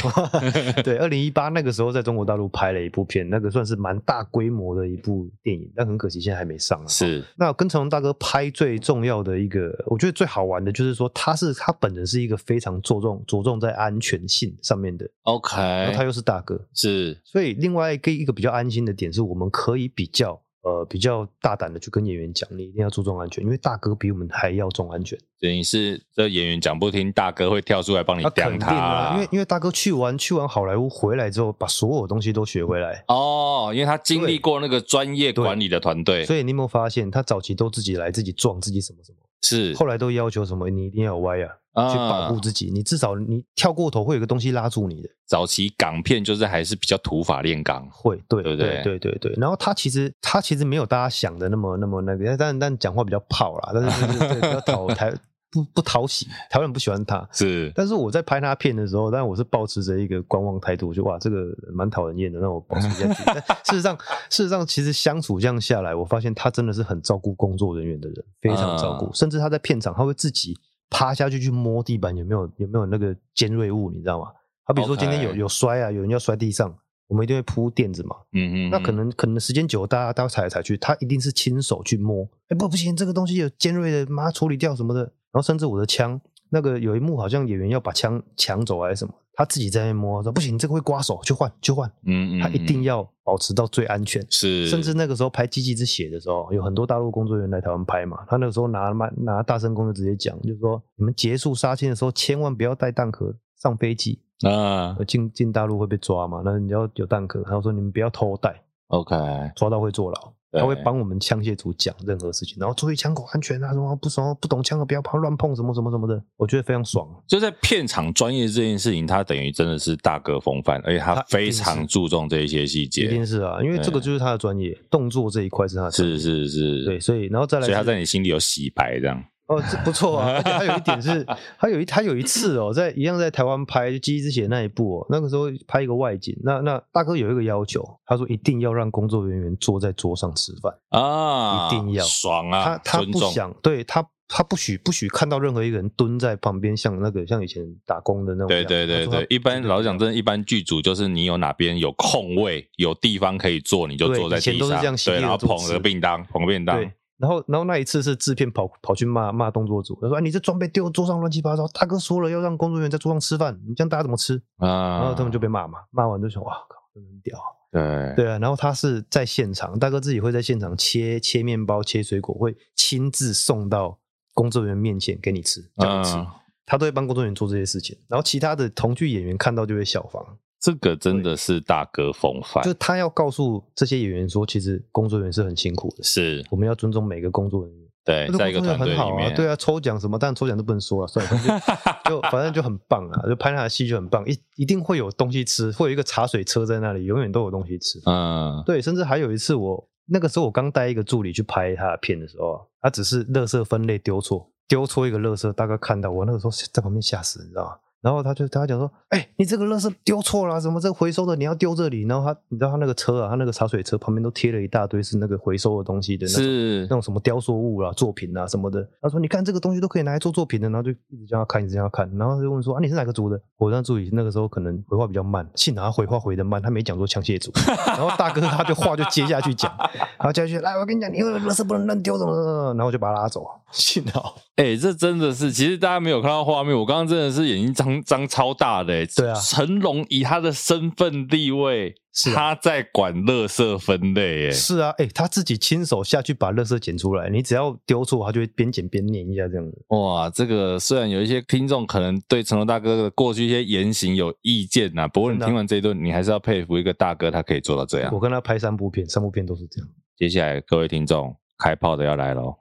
Speaker 4: 对，二零一八那个时候在中国大陆拍了一部片，那个算是蛮大规模的一部电影，但很可惜现在还没上啊。
Speaker 1: 是
Speaker 4: 那跟成龙大哥拍最重要的一个，我觉得最好玩的就是说，他是他本人是一个非常着重着重在安全性上面的，
Speaker 1: OK，
Speaker 4: 然后他又是大哥，
Speaker 1: 是
Speaker 4: 所以另外一个一个比较安心的点是，我们可以比较呃比较大胆的去跟演员讲，你一定要注重安全，因为大哥比我们还要重安全。
Speaker 1: 等于是这演员讲不听，大哥会跳出来帮你
Speaker 4: 肯
Speaker 1: 讲
Speaker 4: 定
Speaker 1: 他
Speaker 4: 啊，
Speaker 1: 啦，
Speaker 4: 因为因为大哥去完去完好莱坞回来之后，把所有东西都学回来。
Speaker 1: 哦，因为他经历过那个专业管理的团队，
Speaker 4: 所以你有没有发现，他早期都自己来，自己撞，自己什么什么，
Speaker 1: 是
Speaker 4: 后来都要求什么，你一定要有歪啊，去保护
Speaker 1: 嗯
Speaker 4: 自己。你至少你跳过头会有个东西拉住你的，
Speaker 1: 早期港片就是还是比较土法炼钢，
Speaker 4: 会，对
Speaker 1: 对不
Speaker 4: 对
Speaker 1: 对
Speaker 4: 对对对。然后他其实他其实没有大家想的那么那么那个，但但讲话比较泡啦，但是就是对比较 讨台不不讨喜，台湾人不喜欢他。
Speaker 1: 是
Speaker 4: 但是我在拍他片的时候，但我是保持着一个观望态度，我就哇，这个蛮讨人厌的，那我保持一下 距离。但事实上，事实上，其实相处这样下来，我发现他真的是很照顾工作人员的人，非常照顾，
Speaker 1: 嗯
Speaker 4: 甚至他在片场他会自己趴下去去摸地板有没有有没有那个尖锐物，你知道吗？好比说今天有
Speaker 1: OK
Speaker 4: 有摔啊，有人要摔地上，我们一定会铺垫子嘛。
Speaker 1: 嗯嗯，
Speaker 4: 那可能可能时间久了，大家大家踩来踩去，他一定是亲手去摸。哎、不不行，这个东西有尖锐的，妈处理掉什么的。然后甚至我的枪，那个有一幕好像演员要把枪抢走还啊是什么，他自己在那边摸，说不行，这个会刮手，去换去换。
Speaker 1: 嗯嗯，嗯
Speaker 4: 他一定要保持到最安全。
Speaker 1: 是，
Speaker 4: 甚至那个时候拍《机器之血》的时候，有很多大陆工作人员来台湾拍嘛，他那个时候拿拿拿大声公就直接讲，就是说你们结束杀青的时候，千万不要带弹壳上飞机，
Speaker 1: 啊
Speaker 4: 呃进进大陆会被抓嘛。那你要有弹壳，他说你们不要偷带。
Speaker 1: ，OK，
Speaker 4: 抓到会坐牢，
Speaker 1: 对
Speaker 4: 他会帮我们枪械组讲任何事情，然后注意枪口安全啊，什么不爽不懂枪的不要碰乱碰什么什么什么的，我觉得非常爽。
Speaker 1: 就在片场专业这件事情，他等于真的是大哥风范，而且他
Speaker 4: 他一定
Speaker 1: 非
Speaker 4: 是
Speaker 1: 常注重这一些细
Speaker 4: 一定
Speaker 1: 节，
Speaker 4: 是啊，因为这个就是他的专业，动作这一块是他的专业
Speaker 1: 是是是，
Speaker 4: 对，所以然后再来
Speaker 1: 所
Speaker 4: 是，
Speaker 1: 以他在你心里有洗白这样，
Speaker 4: 哦，这不错 啊，而且还有一点是，还有一他有一次哦，在一样在台湾拍《记忆之血》那一部哦，那个时候拍一个外景，那那大哥有一个要求，他说一定要让工作人员坐在桌上吃饭。
Speaker 1: 啊，
Speaker 4: 一定要
Speaker 1: 爽啊！
Speaker 4: 他他
Speaker 1: 尊
Speaker 4: 不
Speaker 1: 重
Speaker 4: 想，对他他不许不许看到任何一个人蹲在旁边，像那个像以前打工的那种
Speaker 1: 对
Speaker 4: 样子。
Speaker 1: 对对
Speaker 4: 他说
Speaker 1: 对
Speaker 4: 他，
Speaker 1: 一般老实讲，真的，一般剧组就是你有哪边有空位，有地方可以坐，你就
Speaker 4: 对
Speaker 1: 坐在
Speaker 4: 以前
Speaker 1: 地
Speaker 4: 都是这
Speaker 1: 上
Speaker 4: 样，洗
Speaker 1: 对，
Speaker 4: 地
Speaker 1: 然后
Speaker 4: 的
Speaker 1: 捧
Speaker 4: 做
Speaker 1: 着
Speaker 4: 事
Speaker 1: 便当，捧便当
Speaker 4: 对，然后然后那一次是制片跑跑去骂骂动作组，他说、啊、你这装备丢桌上乱七八糟，大哥说了要让工作人员在桌上吃饭，你这样大家怎么吃？然
Speaker 1: 啊
Speaker 4: 后他们就被骂嘛，骂完就想哇靠，真的很屌啊。
Speaker 1: 对
Speaker 4: 对啊，然后他是在现场，大哥自己会在现场切切面包、切水果，会亲自送到工作人员面前给你吃，叫你吃。
Speaker 1: 啊，
Speaker 4: 他都会帮工作人员做这些事情，然后其他的同剧演员看到就会效仿，
Speaker 1: 这个真的是大哥风范
Speaker 4: 就，是他要告诉这些演员说，其实工作人员是很辛苦的，
Speaker 1: 是
Speaker 4: 我们要尊重每个工作人员。
Speaker 1: 对，在一个
Speaker 4: 工作
Speaker 1: 团队
Speaker 4: 人员很
Speaker 1: 里
Speaker 4: 好啊，
Speaker 1: 面，
Speaker 4: 对啊，抽奖什么，但抽奖都不能说了，算了，反正就就反正就很棒啊，就拍他的戏就很棒，一一定会有东西吃，会有一个茶水车在那里，永远都有东西吃。
Speaker 1: 嗯，
Speaker 4: 对，甚至还有一次我那个时候我刚带一个助理去拍他的片的时候啊，他只是垃圾分类丢错，丢错一个垃圾，大哥看到我那个时候在旁边吓死，你知道吗？然后他就他讲说，哎、你这个垃圾丢错了啊，什么这个回收的你要丢这里。然后他你知道他那个车啊，他那个茶水车旁边都贴了一大堆是那个回收的东西的那种
Speaker 1: 是
Speaker 4: 那种什么雕塑物啦、作品啊什么的。他说：“你看这个东西都可以拿来做作品的。”然后就一直叫他看，一直叫他看。然后就问说：“啊，你是哪个组的？”我那助理那个时候可能回话比较慢，幸好他回话回的慢，他没讲说枪械组。然后大哥他就话就接下去 讲，然后接下去来，我跟你讲，你有垃圾不能乱丢，怎么怎么怎么。然后我就把他拉走。啊幸好
Speaker 1: 哎、这真的是，其实大家没有看到画面，我刚刚真的是眼睛张张超大的、欸。
Speaker 4: 对啊
Speaker 1: 成龙以他的身份地位，
Speaker 4: 是啊
Speaker 1: 他在管垃圾分类、欸，
Speaker 4: 是啊，哎、他自己亲手下去把垃圾捡出来，你只要丢错，他就会边捡边念一下这样子。
Speaker 1: 哇，这个虽然有一些听众可能对成龙大哥的过去一些言行有意见呐、不过你
Speaker 4: 真的啊
Speaker 1: 听完这一顿，你还是要佩服一个大哥，他可以做到这样
Speaker 4: 我。跟他拍三部片，三部片都是这 样。
Speaker 1: 接下来各位听众，开炮的要来喽！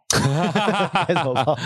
Speaker 4: 开什么炮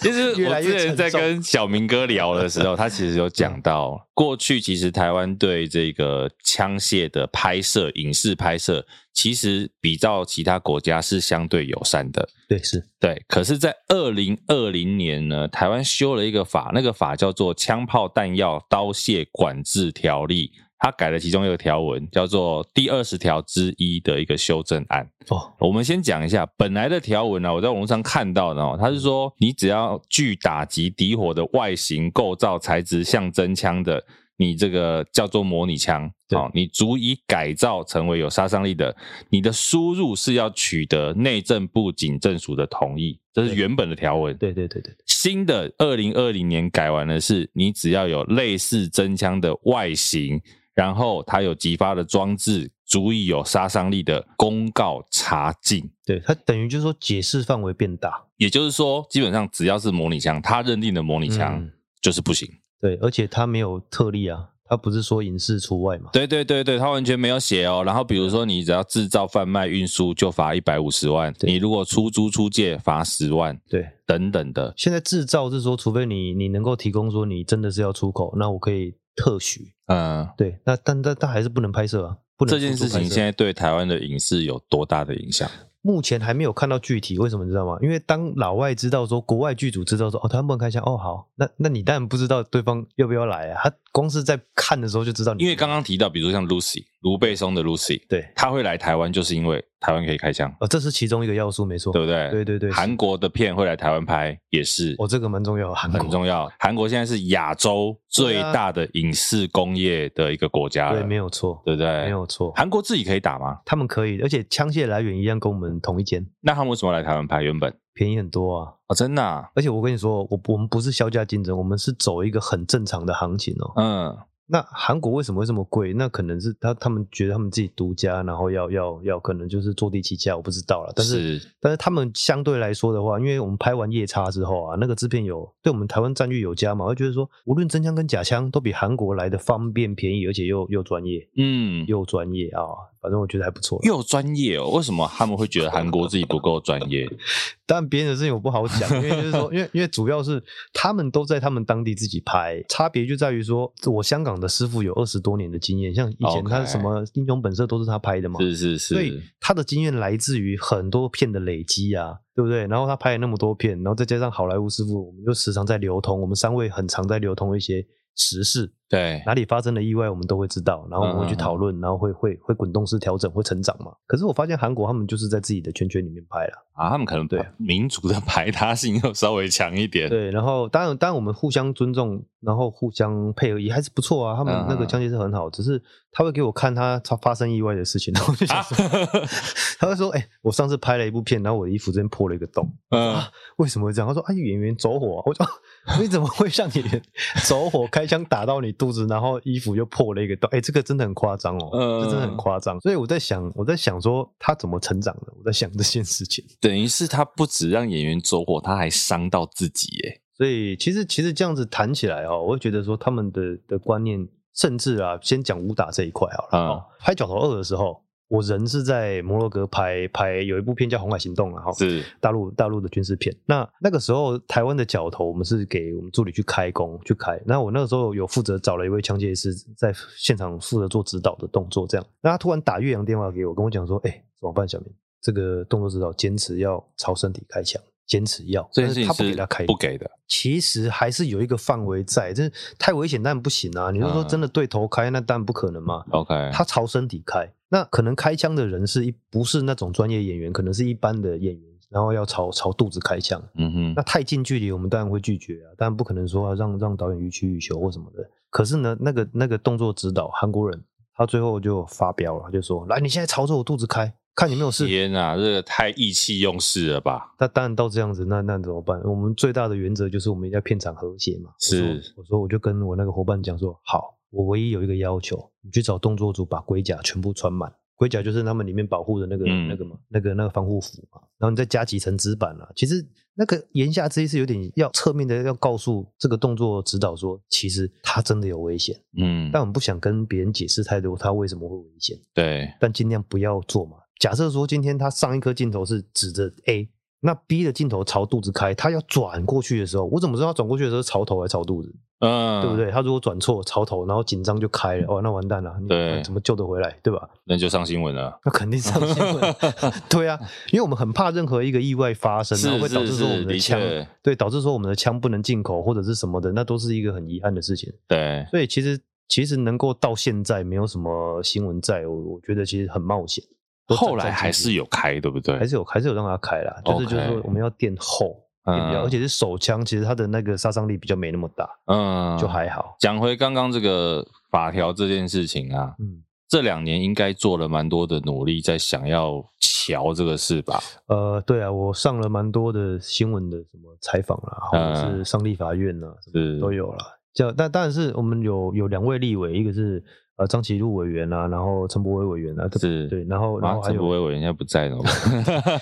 Speaker 1: 其实
Speaker 4: 越
Speaker 1: 我
Speaker 4: 来
Speaker 1: 之
Speaker 4: 越
Speaker 1: 前在
Speaker 4: 沉重
Speaker 1: 跟小明哥聊的时候，他其实有讲到，过去其实台湾对这个枪械的拍摄、影视拍摄，其实比照其他国家是相对友善的。
Speaker 4: 对，是
Speaker 1: 对，可是，在二零二零年呢，台湾修了一个法，那个法叫做《枪炮弹药刀械管制条例》，他改了其中一个条文，叫做第二十条之一的一个修正案。
Speaker 4: 哦，
Speaker 1: 我们先讲一下本来的条文呢、啊，我在网络上看到的哦，它是说你只要具打击敌火的外形、构造、材质像真枪的，你这个叫做模拟枪，
Speaker 4: 对
Speaker 1: 哦，你足以改造成为有杀伤力的，你的输入是要取得内政部警政署的同意，这是
Speaker 4: 对
Speaker 1: 原本的条文。
Speaker 4: 对对对对，
Speaker 1: 新的二零二零年改完的是，你只要有类似真枪的外形，然后它有激发的装置，足以有杀伤力的公告查禁。
Speaker 4: 对，它等于就是说解释范围变大，
Speaker 1: 也就是说，基本上只要是模拟枪，它认定的模拟枪
Speaker 4: 嗯
Speaker 1: 就是不行。
Speaker 4: 对，而且它没有特例啊，它不是说影视除外嘛，
Speaker 1: 对对对对，它完全没有写哦。然后比如说，你只要制造、贩卖、运输就罚一百五十万，
Speaker 4: 对
Speaker 1: 你如果出租、出借罚十万
Speaker 4: 对。
Speaker 1: 等等的。
Speaker 4: 现在制造是说，除非你你能够提供说你真的是要出口，那我可以特许。
Speaker 1: 嗯，
Speaker 4: 对，那但但但还是不能拍摄啊，不能
Speaker 1: 这件
Speaker 4: 出
Speaker 1: 事
Speaker 4: 租拍摄嗯
Speaker 1: 情现在对台湾的影视有多大的影响？
Speaker 4: 目前还没有看到具体，为什么你知道吗？因为当老外知道说国外剧组知道说哦，他们不能开枪哦，好，那那你当然不知道对方要不要来啊，他光是在看的时候就知道你，
Speaker 1: 因为刚刚提到，比如像 Lucy 卢贝松的 Lucy，
Speaker 4: 对
Speaker 1: 他会来台湾，就是因为台湾可以开枪，
Speaker 4: 哦，这是其中一个要素，没错，
Speaker 1: 对不对？
Speaker 4: 对对对，
Speaker 1: 韩国的片会来台湾拍，也是
Speaker 4: 哦，这个蛮重要，韩国啊
Speaker 1: 很重要。韩国现在是亚洲最大的影视工业的一个国家了，
Speaker 4: 对，没有错，
Speaker 1: 对不对？
Speaker 4: 没。有错，
Speaker 1: 韩国自己可以打吗？
Speaker 4: 他们可以，而且枪械来源一样跟我们同一间，
Speaker 1: 那他们为什么要来台湾拍？原本
Speaker 4: 便宜很多啊。
Speaker 1: 哦，真的、啊，
Speaker 4: 而且我跟你说，我我们不是销价竞争，我们是走一个很正常的行情哦。
Speaker 1: 嗯，
Speaker 4: 那韩国为什么会这么贵？那可能是他他们觉得他们自己独家，然后要要要，可能就是坐地起价，我不知道了。但是
Speaker 1: 是
Speaker 4: 但是他们相对来说的话，因为我们拍完夜叉之后啊，那个制片有对我们台湾战略有加嘛，会觉得说，无论真枪跟假枪都比韩国来的方便、便宜，而且又又专业，
Speaker 1: 嗯，
Speaker 4: 又专业啊。反正我觉得还不错。
Speaker 1: 又专业哦。为什么他们会觉得韩国自己不够专业？
Speaker 4: 但别人的事情我不好讲，因为就 是说，因为因为主要是他们都在他们当地自己拍，差别就在于说，我香港的师傅有二十多年的经验，像以前
Speaker 1: OK
Speaker 4: 他什么《英雄本色》都是他拍的嘛，
Speaker 1: 是是
Speaker 4: 所以
Speaker 1: 是，
Speaker 4: 他的经验来自于很多片的累积啊，对不对？然后他拍了那么多片，然后再加上好莱坞师傅，我们就时常在流通，我们三位很常在流通一些时事，
Speaker 1: 对，
Speaker 4: 哪里发生了意外，我们都会知道，然后我们会去
Speaker 1: 嗯嗯嗯
Speaker 4: 讨论，然后会会会滚动式调整，会成长嘛。可是我发现韩国他们就是在自己的圈圈里面拍了。
Speaker 1: 啊，他们可能
Speaker 4: 对
Speaker 1: 民族的排他性又稍微强一点。
Speaker 4: 对，然后当然，当然我们互相尊重，然后互相配合也还是不错啊。他们那个
Speaker 1: 嗯
Speaker 4: 枪械是很好，只是他会给我看他他发生意外的事情，然后我就想
Speaker 1: 啊
Speaker 4: 说， 他会说：“哎、我上次拍了一部片，然后我的衣服这边破了一个洞，
Speaker 1: 嗯
Speaker 4: 啊，为什么会这样？”他说：“啊，演员走火、啊。” 我说啊：“你怎么会让演员走火开枪打到你肚子，然后衣服又破了一个洞？哎、这个真的很夸张哦，
Speaker 1: 嗯
Speaker 4: 这真的很夸张。”所以我在想，我在想说他怎么成长的？我在想这件事情。
Speaker 1: 等于是他不止让演员走火，他还伤到自己耶。
Speaker 4: 所以其实其实这样子谈起来哦，我会觉得说他们的的观念，甚至啊，先讲武打这一块好了。
Speaker 1: 嗯
Speaker 4: 哦拍《角头二》的时候，我人是在摩洛哥拍拍有一部片叫《红海行动》了啊哈。
Speaker 1: 是，
Speaker 4: 大陆大陆的军事片，那那个时候台湾的角头，我们是给我们助理去开工去开。那我那个时候有负责找了一位枪械师在现场负责做指导的动作，这样。那他突然打岳阳电话给我，跟我讲说：“哎、怎么办，小明？这个动作指导坚持要朝身体开枪，坚持要。”
Speaker 1: 这件
Speaker 4: 但
Speaker 1: 事
Speaker 4: 是
Speaker 1: 情
Speaker 4: 他不给
Speaker 1: 是
Speaker 4: 他开，
Speaker 1: 不给的。
Speaker 4: 其实还是有一个范围在，这太危险，但不行啊！你是说
Speaker 1: 嗯
Speaker 4: 真的对头开，那当然不可能嘛。
Speaker 1: OK，
Speaker 4: 他朝身体开，那可能开枪的人是一不是那种专业演员，可能是一般的演员，然后要朝朝肚子开枪。
Speaker 1: 嗯
Speaker 4: 那
Speaker 1: 哼，
Speaker 4: 太近距离，我们当然会拒绝啊，当然不可能说、啊、让让导演予取予求或什么的。可是呢，那个那个动作指导韩国人，他最后就发飙了，他就说：“来，你现在朝着我肚子开，看你有没有事。”
Speaker 1: 天哪、这个太意气用事了吧？
Speaker 4: 那当然到这样子，那那怎么办？我们最大的原则就是我们要片场和谐嘛。
Speaker 1: 是
Speaker 4: 我说，我说我就跟我那个伙伴讲说，好，我唯一有一个要求，你去找动作组把龟甲全部穿满。龟甲就是他们里面保护的那个、
Speaker 1: 嗯
Speaker 4: 那个嘛，那个那个防护服嘛，然后你再加几层纸板啊。其实那个言下之意是有点要侧面的要告诉这个动作指导说，其实他真的有危险，
Speaker 1: 嗯，
Speaker 4: 但我们不想跟别人解释太多他为什么会危险。
Speaker 1: 对，
Speaker 4: 但尽量不要做嘛。假设说今天他上一颗镜头是指着 A，那 B 的镜头朝肚子开，他要转过去的时候，我怎么知道他转过去的时候是朝头还是朝肚子，
Speaker 1: 嗯，
Speaker 4: 对不？对？他如果转错朝头，然后紧张就开了，哦，那完蛋了，你
Speaker 1: 对
Speaker 4: 怎么救得回来，对吧？
Speaker 1: 那就上新闻了。
Speaker 4: 那肯定上新 闻，对啊，因为我们很怕任何一个意外发生，然后啊会导致说我们的
Speaker 1: 的
Speaker 4: 枪，
Speaker 1: 确，
Speaker 4: 对，导致说我们的枪不能进口或者是什么的，那都是一个很遗憾的事情。
Speaker 1: 对，
Speaker 4: 所以其实其实能够到现在没有什么新闻在，我我觉得其实很冒险。都
Speaker 1: 后
Speaker 4: 战
Speaker 1: 来
Speaker 4: 战兢
Speaker 1: 还
Speaker 4: 兢
Speaker 1: 是有开，对不对？
Speaker 4: 还是有还是有让它开啦，就是
Speaker 1: OK
Speaker 4: 就是说我们要垫厚一点，
Speaker 1: 嗯
Speaker 4: 而且是手枪，其实它的那个杀伤力比较没那么大，
Speaker 1: 嗯，
Speaker 4: 就还好。
Speaker 1: 讲回刚刚这个法条这件事情啊，
Speaker 4: 嗯，
Speaker 1: 这两年应该做了蛮多的努力，在想要瞧这个事吧？
Speaker 4: 呃，对啊，我上了蛮多的新闻的什么采访啦，或者是上立法院呐、什
Speaker 1: 嗯是
Speaker 4: 么都有啦。叫但当然是我们有有两位立委，一个是呃张其禄委员啊，然后陈柏伟委员啊，这
Speaker 1: 是
Speaker 4: 对，然后然
Speaker 1: 啊
Speaker 4: 后，还
Speaker 1: 陈
Speaker 4: 有
Speaker 1: 柏伟委员现在不在 了，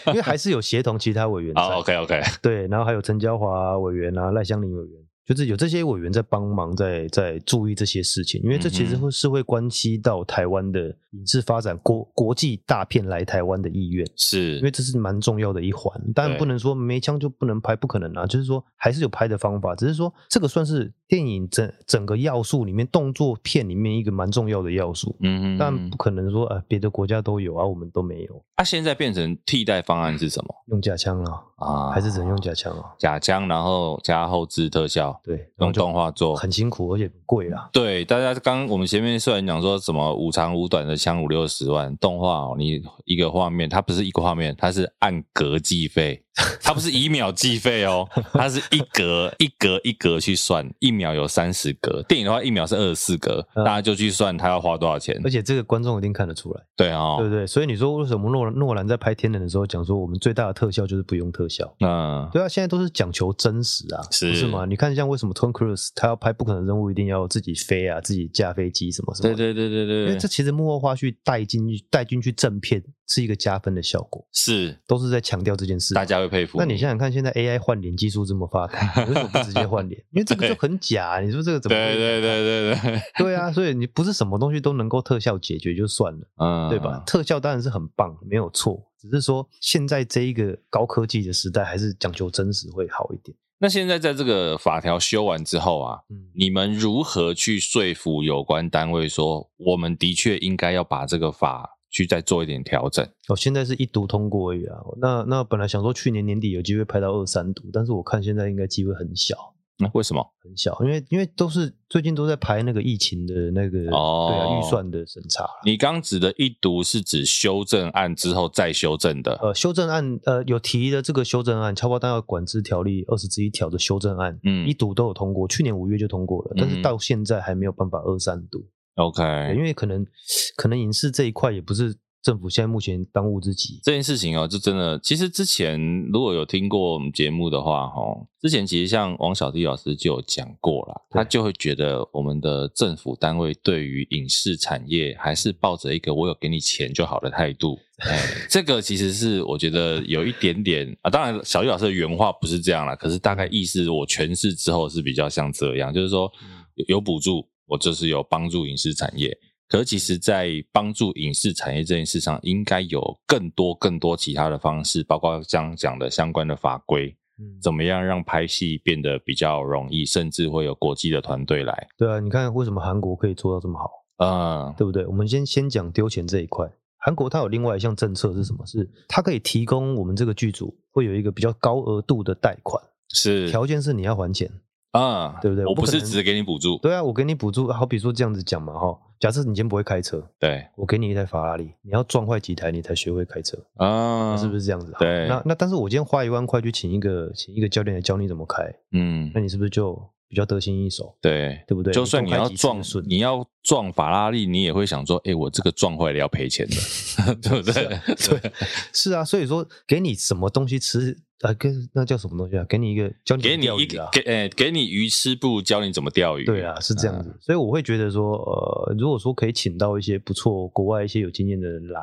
Speaker 4: 因为还是有协同其他委员在。
Speaker 1: 好，OK OK，
Speaker 4: 对，然后还有陈椒华委员啊、赖香林委员，就是有这些委员在帮忙在，在注意这些事情，因为这其实
Speaker 1: 嗯哼
Speaker 4: 会是会关系到台湾的影视发展国国际大片来台湾的意愿，
Speaker 1: 是
Speaker 4: 因为这是蛮重要的一环。当然不能说没枪就不能拍，不可能啊，就是说还是有拍的方法，只是说这个算是电影整整个要素里面动作片里面一个蛮重要的要素。
Speaker 1: 嗯哼，
Speaker 4: 但不可能说，呃，别的国家都有啊，我们都没有
Speaker 1: 它、现在变成替代方案是什么
Speaker 4: 用假枪啊，
Speaker 1: 啊？
Speaker 4: 还是只能用假枪啊？
Speaker 1: 假枪，然后加后置特效，
Speaker 4: 对，然后
Speaker 1: 用
Speaker 4: 就
Speaker 1: 动画做，
Speaker 4: 很辛苦，而且贵啊啦。
Speaker 1: 对，大家刚我们前面虽然讲说什么五长五短的枪五六十万，动画哦，你一个画面，它不是一个画面，它是按格计费，它不是以秒计费哦，它是一格一格一格去算，一秒有三十格，电影的话一秒是二十四格，
Speaker 4: 嗯
Speaker 1: 大家就去算它要花多少钱
Speaker 4: 而，且这个观众一定看得出来，
Speaker 1: 对
Speaker 4: 对
Speaker 1: 嗯哦，
Speaker 4: 不对？所以你说为什么诺诺兰在拍《天人》的时候讲说，我们最大的特效就是不用特效？
Speaker 1: 嗯，
Speaker 4: 对啊，现在都是讲求真实啊，
Speaker 1: 是
Speaker 4: 不是吗？你看像为什么 Tom Cruise 他要拍《不可能任务》，一定要自己飞啊，自己架飞机什么什么
Speaker 1: 对
Speaker 4: 的？
Speaker 1: 对对对
Speaker 4: 因
Speaker 1: 对
Speaker 4: 为这
Speaker 1: 对，
Speaker 4: 其实幕后花絮带进去带进去正片是一个加分的效果，
Speaker 1: 是
Speaker 4: 都是在强调这件事。
Speaker 1: 大家会佩服。
Speaker 4: 那你想想看，现在 AI 换脸技术这么发达，你为什么不直接换脸？因 为这个就很假、啊你说这个怎么会
Speaker 1: 对对对对对，
Speaker 4: 对啊，所以你不是什么东西都能够特效解决就算了。
Speaker 1: 嗯，
Speaker 4: 对吧？？特效当然是很棒，没有错，只是说现在这一个高科技的时代，还是讲求真实会好一点。
Speaker 1: 那现在在这个法条修完之后啊，
Speaker 4: 嗯，
Speaker 1: 你们如何去说服有关单位说，我们的确应该要把这个法去再做一点调整？
Speaker 4: 哦，现在是一读通过而已啊。那那本来想说去年年底有机会拍到二三读，但是我看现在应该机会很小
Speaker 1: 嗯、为什么？
Speaker 4: 很小，因为因为都是最近都在排那个疫情的那个、
Speaker 1: 哦
Speaker 4: 对啊预算的审查。
Speaker 1: 你刚指的一读是指修正案之后再修正的，
Speaker 4: 呃，修正案呃有提的这个修正案《敲包弹药管制条例》二十之一条的修正案，
Speaker 1: 嗯
Speaker 4: 一读都有通过，去年五月就通过了，但
Speaker 1: 嗯哎
Speaker 4: 是到现在还没有办法二三读。
Speaker 1: OK，
Speaker 4: 对因为可能可能影视这一块也不是政府现在目前当务之急。
Speaker 1: 这件事情哦，就真的，其实之前如果有听过我们节目的话，哈，之前其实像王小弟老师就有讲过啦，
Speaker 4: 对
Speaker 1: 他就会觉得我们的政府单位对于影视产业还是抱着一个我有给你钱就好的态度，哎，这个其实是我觉得有一点点啊，当然小弟老师的原话不是这样啦，可是大概意思我诠释之后是比较像这样，就是说有有补助，我就是有帮助影视产业，可是其实，在帮助影视产业这件事上，应该有更多更多其他的方式，包括刚讲的相关的法规，
Speaker 4: 嗯
Speaker 1: 怎么样让拍戏变得比较容易，甚至会有国际的团队来。
Speaker 4: 对啊，你看为什么韩国可以做到这么好，
Speaker 1: 嗯，
Speaker 4: 对不对？我们先先讲丢钱这一块。韩国它有另外一项政策是什么？是它可以提供我们这个剧组会有一个比较高额度的贷款，
Speaker 1: 是
Speaker 4: 条件是你要还钱。
Speaker 1: 啊，
Speaker 4: 对不对
Speaker 1: 我
Speaker 4: 我不
Speaker 1: 不
Speaker 4: 可
Speaker 1: 是
Speaker 4: 能
Speaker 1: 只给你补助，
Speaker 4: 对啊，我给你补助，好比说这样子讲嘛哈。假设你今天不会开车，
Speaker 1: 对
Speaker 4: 我给你一台法拉利，你要撞坏几台你才学会开车，
Speaker 1: 啊，
Speaker 4: 是不？是这样子？
Speaker 1: 对
Speaker 4: 那那但是我今天花一万块去请一个请一个教练来教你怎么开，
Speaker 1: 嗯
Speaker 4: 那，你是不是就比较得心应手？
Speaker 1: 对。
Speaker 4: 对不对？
Speaker 1: 就算你要撞
Speaker 4: 损，，
Speaker 1: 你要撞法拉利，你也会想说，哎、我这个撞坏了要赔钱 的，对不对？ 对，
Speaker 4: 是啊，所以说给你什么东西吃，啊，跟那叫什么东西啊？给你一个教你
Speaker 1: 给
Speaker 4: 怎么
Speaker 1: 你
Speaker 4: 钓
Speaker 1: 一
Speaker 4: 鱼
Speaker 1: 个
Speaker 4: 啊，
Speaker 1: 给，哎，给你鱼吃，不如教你怎么钓鱼。
Speaker 4: 对啊，是这样
Speaker 1: 嗯
Speaker 4: 子。所以我会觉得说，呃，如果说可以请到一些不错国外一些有经验的人来，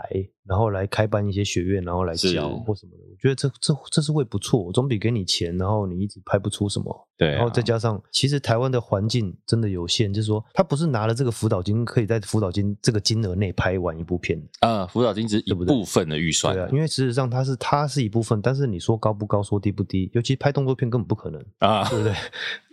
Speaker 4: 然后来开办一些学院，然后来
Speaker 1: 是
Speaker 4: 教或什么的，我觉得这这这是会不错，总比给你钱，然后你一直拍不出什么。
Speaker 1: 对啊，
Speaker 4: 然后再加上，其实台湾的环境真的有限，就是说，他不是拿了这个辅导金，可以在辅导金这个金额内拍完一部片的。
Speaker 1: 呃，辅导金只是一
Speaker 4: 对不对
Speaker 1: 部分的预算
Speaker 4: 对啊，因为事实上它是它是一部分，但是你说高不高，说低不低，尤其拍动作片根本不可能，
Speaker 1: 啊。
Speaker 4: 对不对？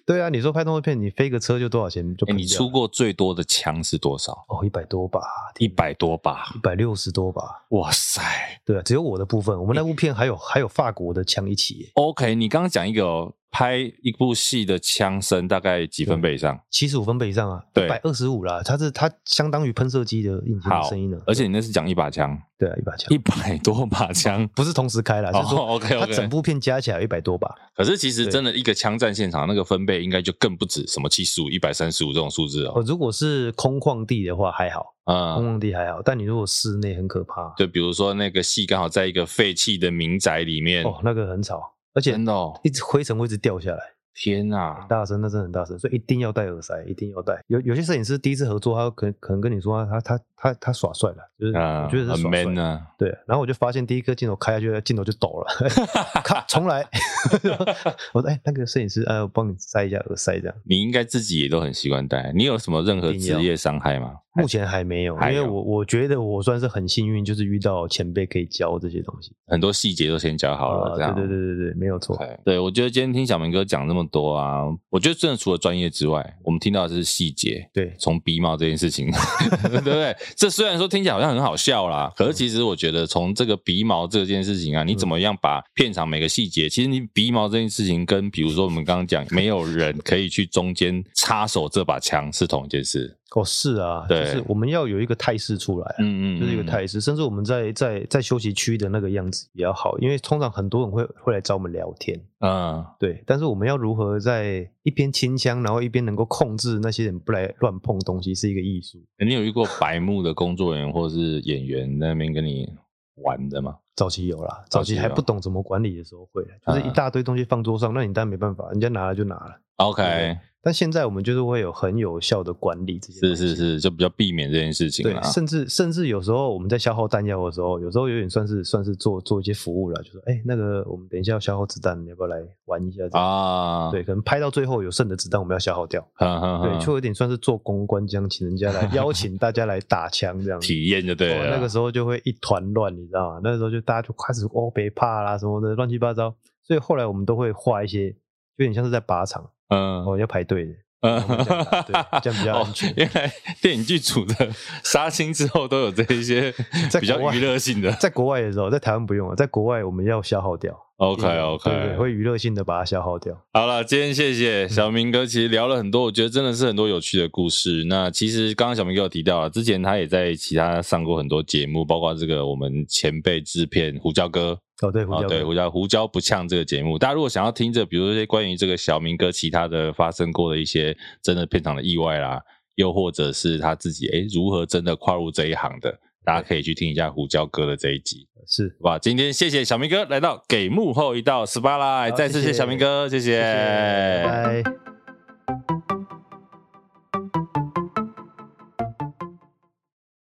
Speaker 4: 对啊，你说拍动作片，你飞个车就多少钱就
Speaker 1: 诶
Speaker 4: 喷
Speaker 1: 哎你
Speaker 4: 掉
Speaker 1: 出
Speaker 4: 了
Speaker 1: 过最多的枪是多少？
Speaker 4: 哦一百多吧，
Speaker 1: 一百多把
Speaker 4: 一！百六十多吧，
Speaker 1: 哇塞哎
Speaker 4: 对啊，只有我的部分，我们那部片还有还有法国的枪一起耶，
Speaker 1: ，OK，你刚刚讲一个哦，拍一部戏的枪声大概几分贝以上？
Speaker 4: 七十五分贝以上啊，
Speaker 1: 对
Speaker 4: 一百二十五啦，它是它相当于喷射机的引擎的
Speaker 1: 好呃
Speaker 4: 声音了，，
Speaker 1: 而且你那是讲一把枪，
Speaker 4: 对啊，一把枪
Speaker 1: 一，百多把枪。
Speaker 4: 不是同时开啦，就是
Speaker 1: 哦
Speaker 4: 说
Speaker 1: ，OK，OK
Speaker 4: 它整部片加起来有一百多把，
Speaker 1: 可是其实
Speaker 4: 对
Speaker 1: 真的一个枪战现场，那个分贝应该就更不止什么七十五、一百三十五这种数字
Speaker 4: 哦，
Speaker 1: 哦。
Speaker 4: 如果是空旷地的话还好，空
Speaker 1: 嗯，
Speaker 4: 旷地还好，但你如果室内很可怕，
Speaker 1: 就比如说那个戏刚好在一个废弃的民宅里面，
Speaker 4: 哦，那个很吵，而且
Speaker 1: 真的哦，
Speaker 4: 一直灰尘会一直掉下来，
Speaker 1: 天哪！
Speaker 4: 大声，那真的很大声，所以一定要戴耳塞，一定要戴。有有些摄影师第一次合作，他可能可能跟你说他他他他耍帅了，就是
Speaker 1: 啊，
Speaker 4: 我觉得是
Speaker 1: 很
Speaker 4: 耍
Speaker 1: man 啊
Speaker 4: 帅。
Speaker 1: 呢。
Speaker 4: 对，然后我就发现第一颗镜头开下去，镜头就 抖了， 咔，重来。 我说哎，那个摄影师，呃，我帮你塞一下耳塞，这样。
Speaker 1: 你应该自己也都很习惯戴。你有什么任何
Speaker 4: 一定要
Speaker 1: 职业伤害吗？
Speaker 4: 目前还没有，因
Speaker 1: 还
Speaker 4: 为
Speaker 1: 有
Speaker 4: 我我觉得我算是很幸运，就是遇到前辈可以教这些东西。
Speaker 1: 很多细节都先教好了，这
Speaker 4: 啊
Speaker 1: 样。
Speaker 4: 对对对对对，没有错。
Speaker 1: 对，对我觉得今天听小明哥讲那么多啊，我觉得真的除了专业之外，我们听到的是细节。
Speaker 4: 对，
Speaker 1: 从鼻毛这件事情， 对不对？这虽然说听起来好像很好笑啦，可是其实我觉得从这个鼻毛这件事情啊，
Speaker 4: 嗯
Speaker 1: 你怎么样把片场每个细节，其实你鼻毛这件事情跟比如说我们刚刚讲，没有人可以去中间插手这把枪是同一件事。
Speaker 4: 哦，是啊，就
Speaker 1: 对
Speaker 4: 是我们要有一个态势出来啊。
Speaker 1: 嗯
Speaker 4: 就是一个态势，甚至我们在在在休息区的那个样子也要好，因为通常很多人会会来找我们聊天，
Speaker 1: 嗯，
Speaker 4: 对。但是我们要如何在一边清枪，然后一边能够控制那些人不来乱碰东西，是一个艺术。
Speaker 1: 你有遇过白目的工作人员或是演员在那边跟你玩的吗？
Speaker 4: 早期有啦，
Speaker 1: 早
Speaker 4: 早
Speaker 1: 期有嗯
Speaker 4: 期还不懂怎么管理的时候会，就是一大堆东西放桌上，那你当然没办法，人家拿了就拿了。
Speaker 1: OK，
Speaker 4: 对哎但现在我们就是会有很有效的管理这些东
Speaker 1: 是
Speaker 4: 西，
Speaker 1: 是是，就比较避免这件事情
Speaker 4: 对
Speaker 1: 啦，。
Speaker 4: 甚至甚至有时候我们在消耗弹药的时候，有时候有点算是算是做做一些服务了，就说哎、那个我们等一下要消耗子弹，你要不要来玩一下这样？
Speaker 1: 啊，嗯
Speaker 4: 对，可能拍到最后有剩的子弹，我们要消耗掉。
Speaker 1: 呵呵呵，
Speaker 4: 对，就有点算是做公关这样，请人 家来邀请大家来打枪这样。
Speaker 1: 体啊验就对
Speaker 4: 哦
Speaker 1: 了。
Speaker 4: 那个时候就会一团乱，你知道吗？那时候就大家就开始哦别怕啦什么的，乱七八糟。所以后来我们都会画一些，有点像是在靶场，
Speaker 1: 嗯。
Speaker 4: 哦要排队的。
Speaker 1: 嗯
Speaker 4: 我们这样打对这样比较安全
Speaker 1: 哦原来电影剧组的杀青之后都有这一些
Speaker 4: 在
Speaker 1: 比较
Speaker 4: 国外
Speaker 1: 娱乐性 的。
Speaker 4: 在国外的时候，在台湾不用啊，在国外我们要消耗掉。
Speaker 1: OK
Speaker 4: 对对
Speaker 1: OK，
Speaker 4: 会娱乐性的把它消耗掉。
Speaker 1: 好了，今天谢谢小明哥，其实聊了很多，我觉得真的是很多有趣的故事。那其实刚刚小明哥有提到了，之前他也在其他上过很多节目，包括这个我们前辈制片胡椒哥，
Speaker 4: 哦，对，胡
Speaker 1: 啊，
Speaker 4: 椒
Speaker 1: 对
Speaker 4: 粉
Speaker 1: 胡椒胡椒不呛这个节目，大家如果想要听这，比如说一些关于这个小明哥其他的发生过的一些真的片场的意外啦，又或者是他自己诶如何真的跨入这一行的，大家可以去听一下胡椒哥的这一集，
Speaker 4: 是
Speaker 1: 好。吧？今天谢谢小明哥来到给幕后一道 SPA 啦，
Speaker 4: 好
Speaker 1: 再次谢
Speaker 4: 谢
Speaker 1: 谢
Speaker 4: 谢
Speaker 1: 小明哥，谢谢
Speaker 4: 谢谢拜。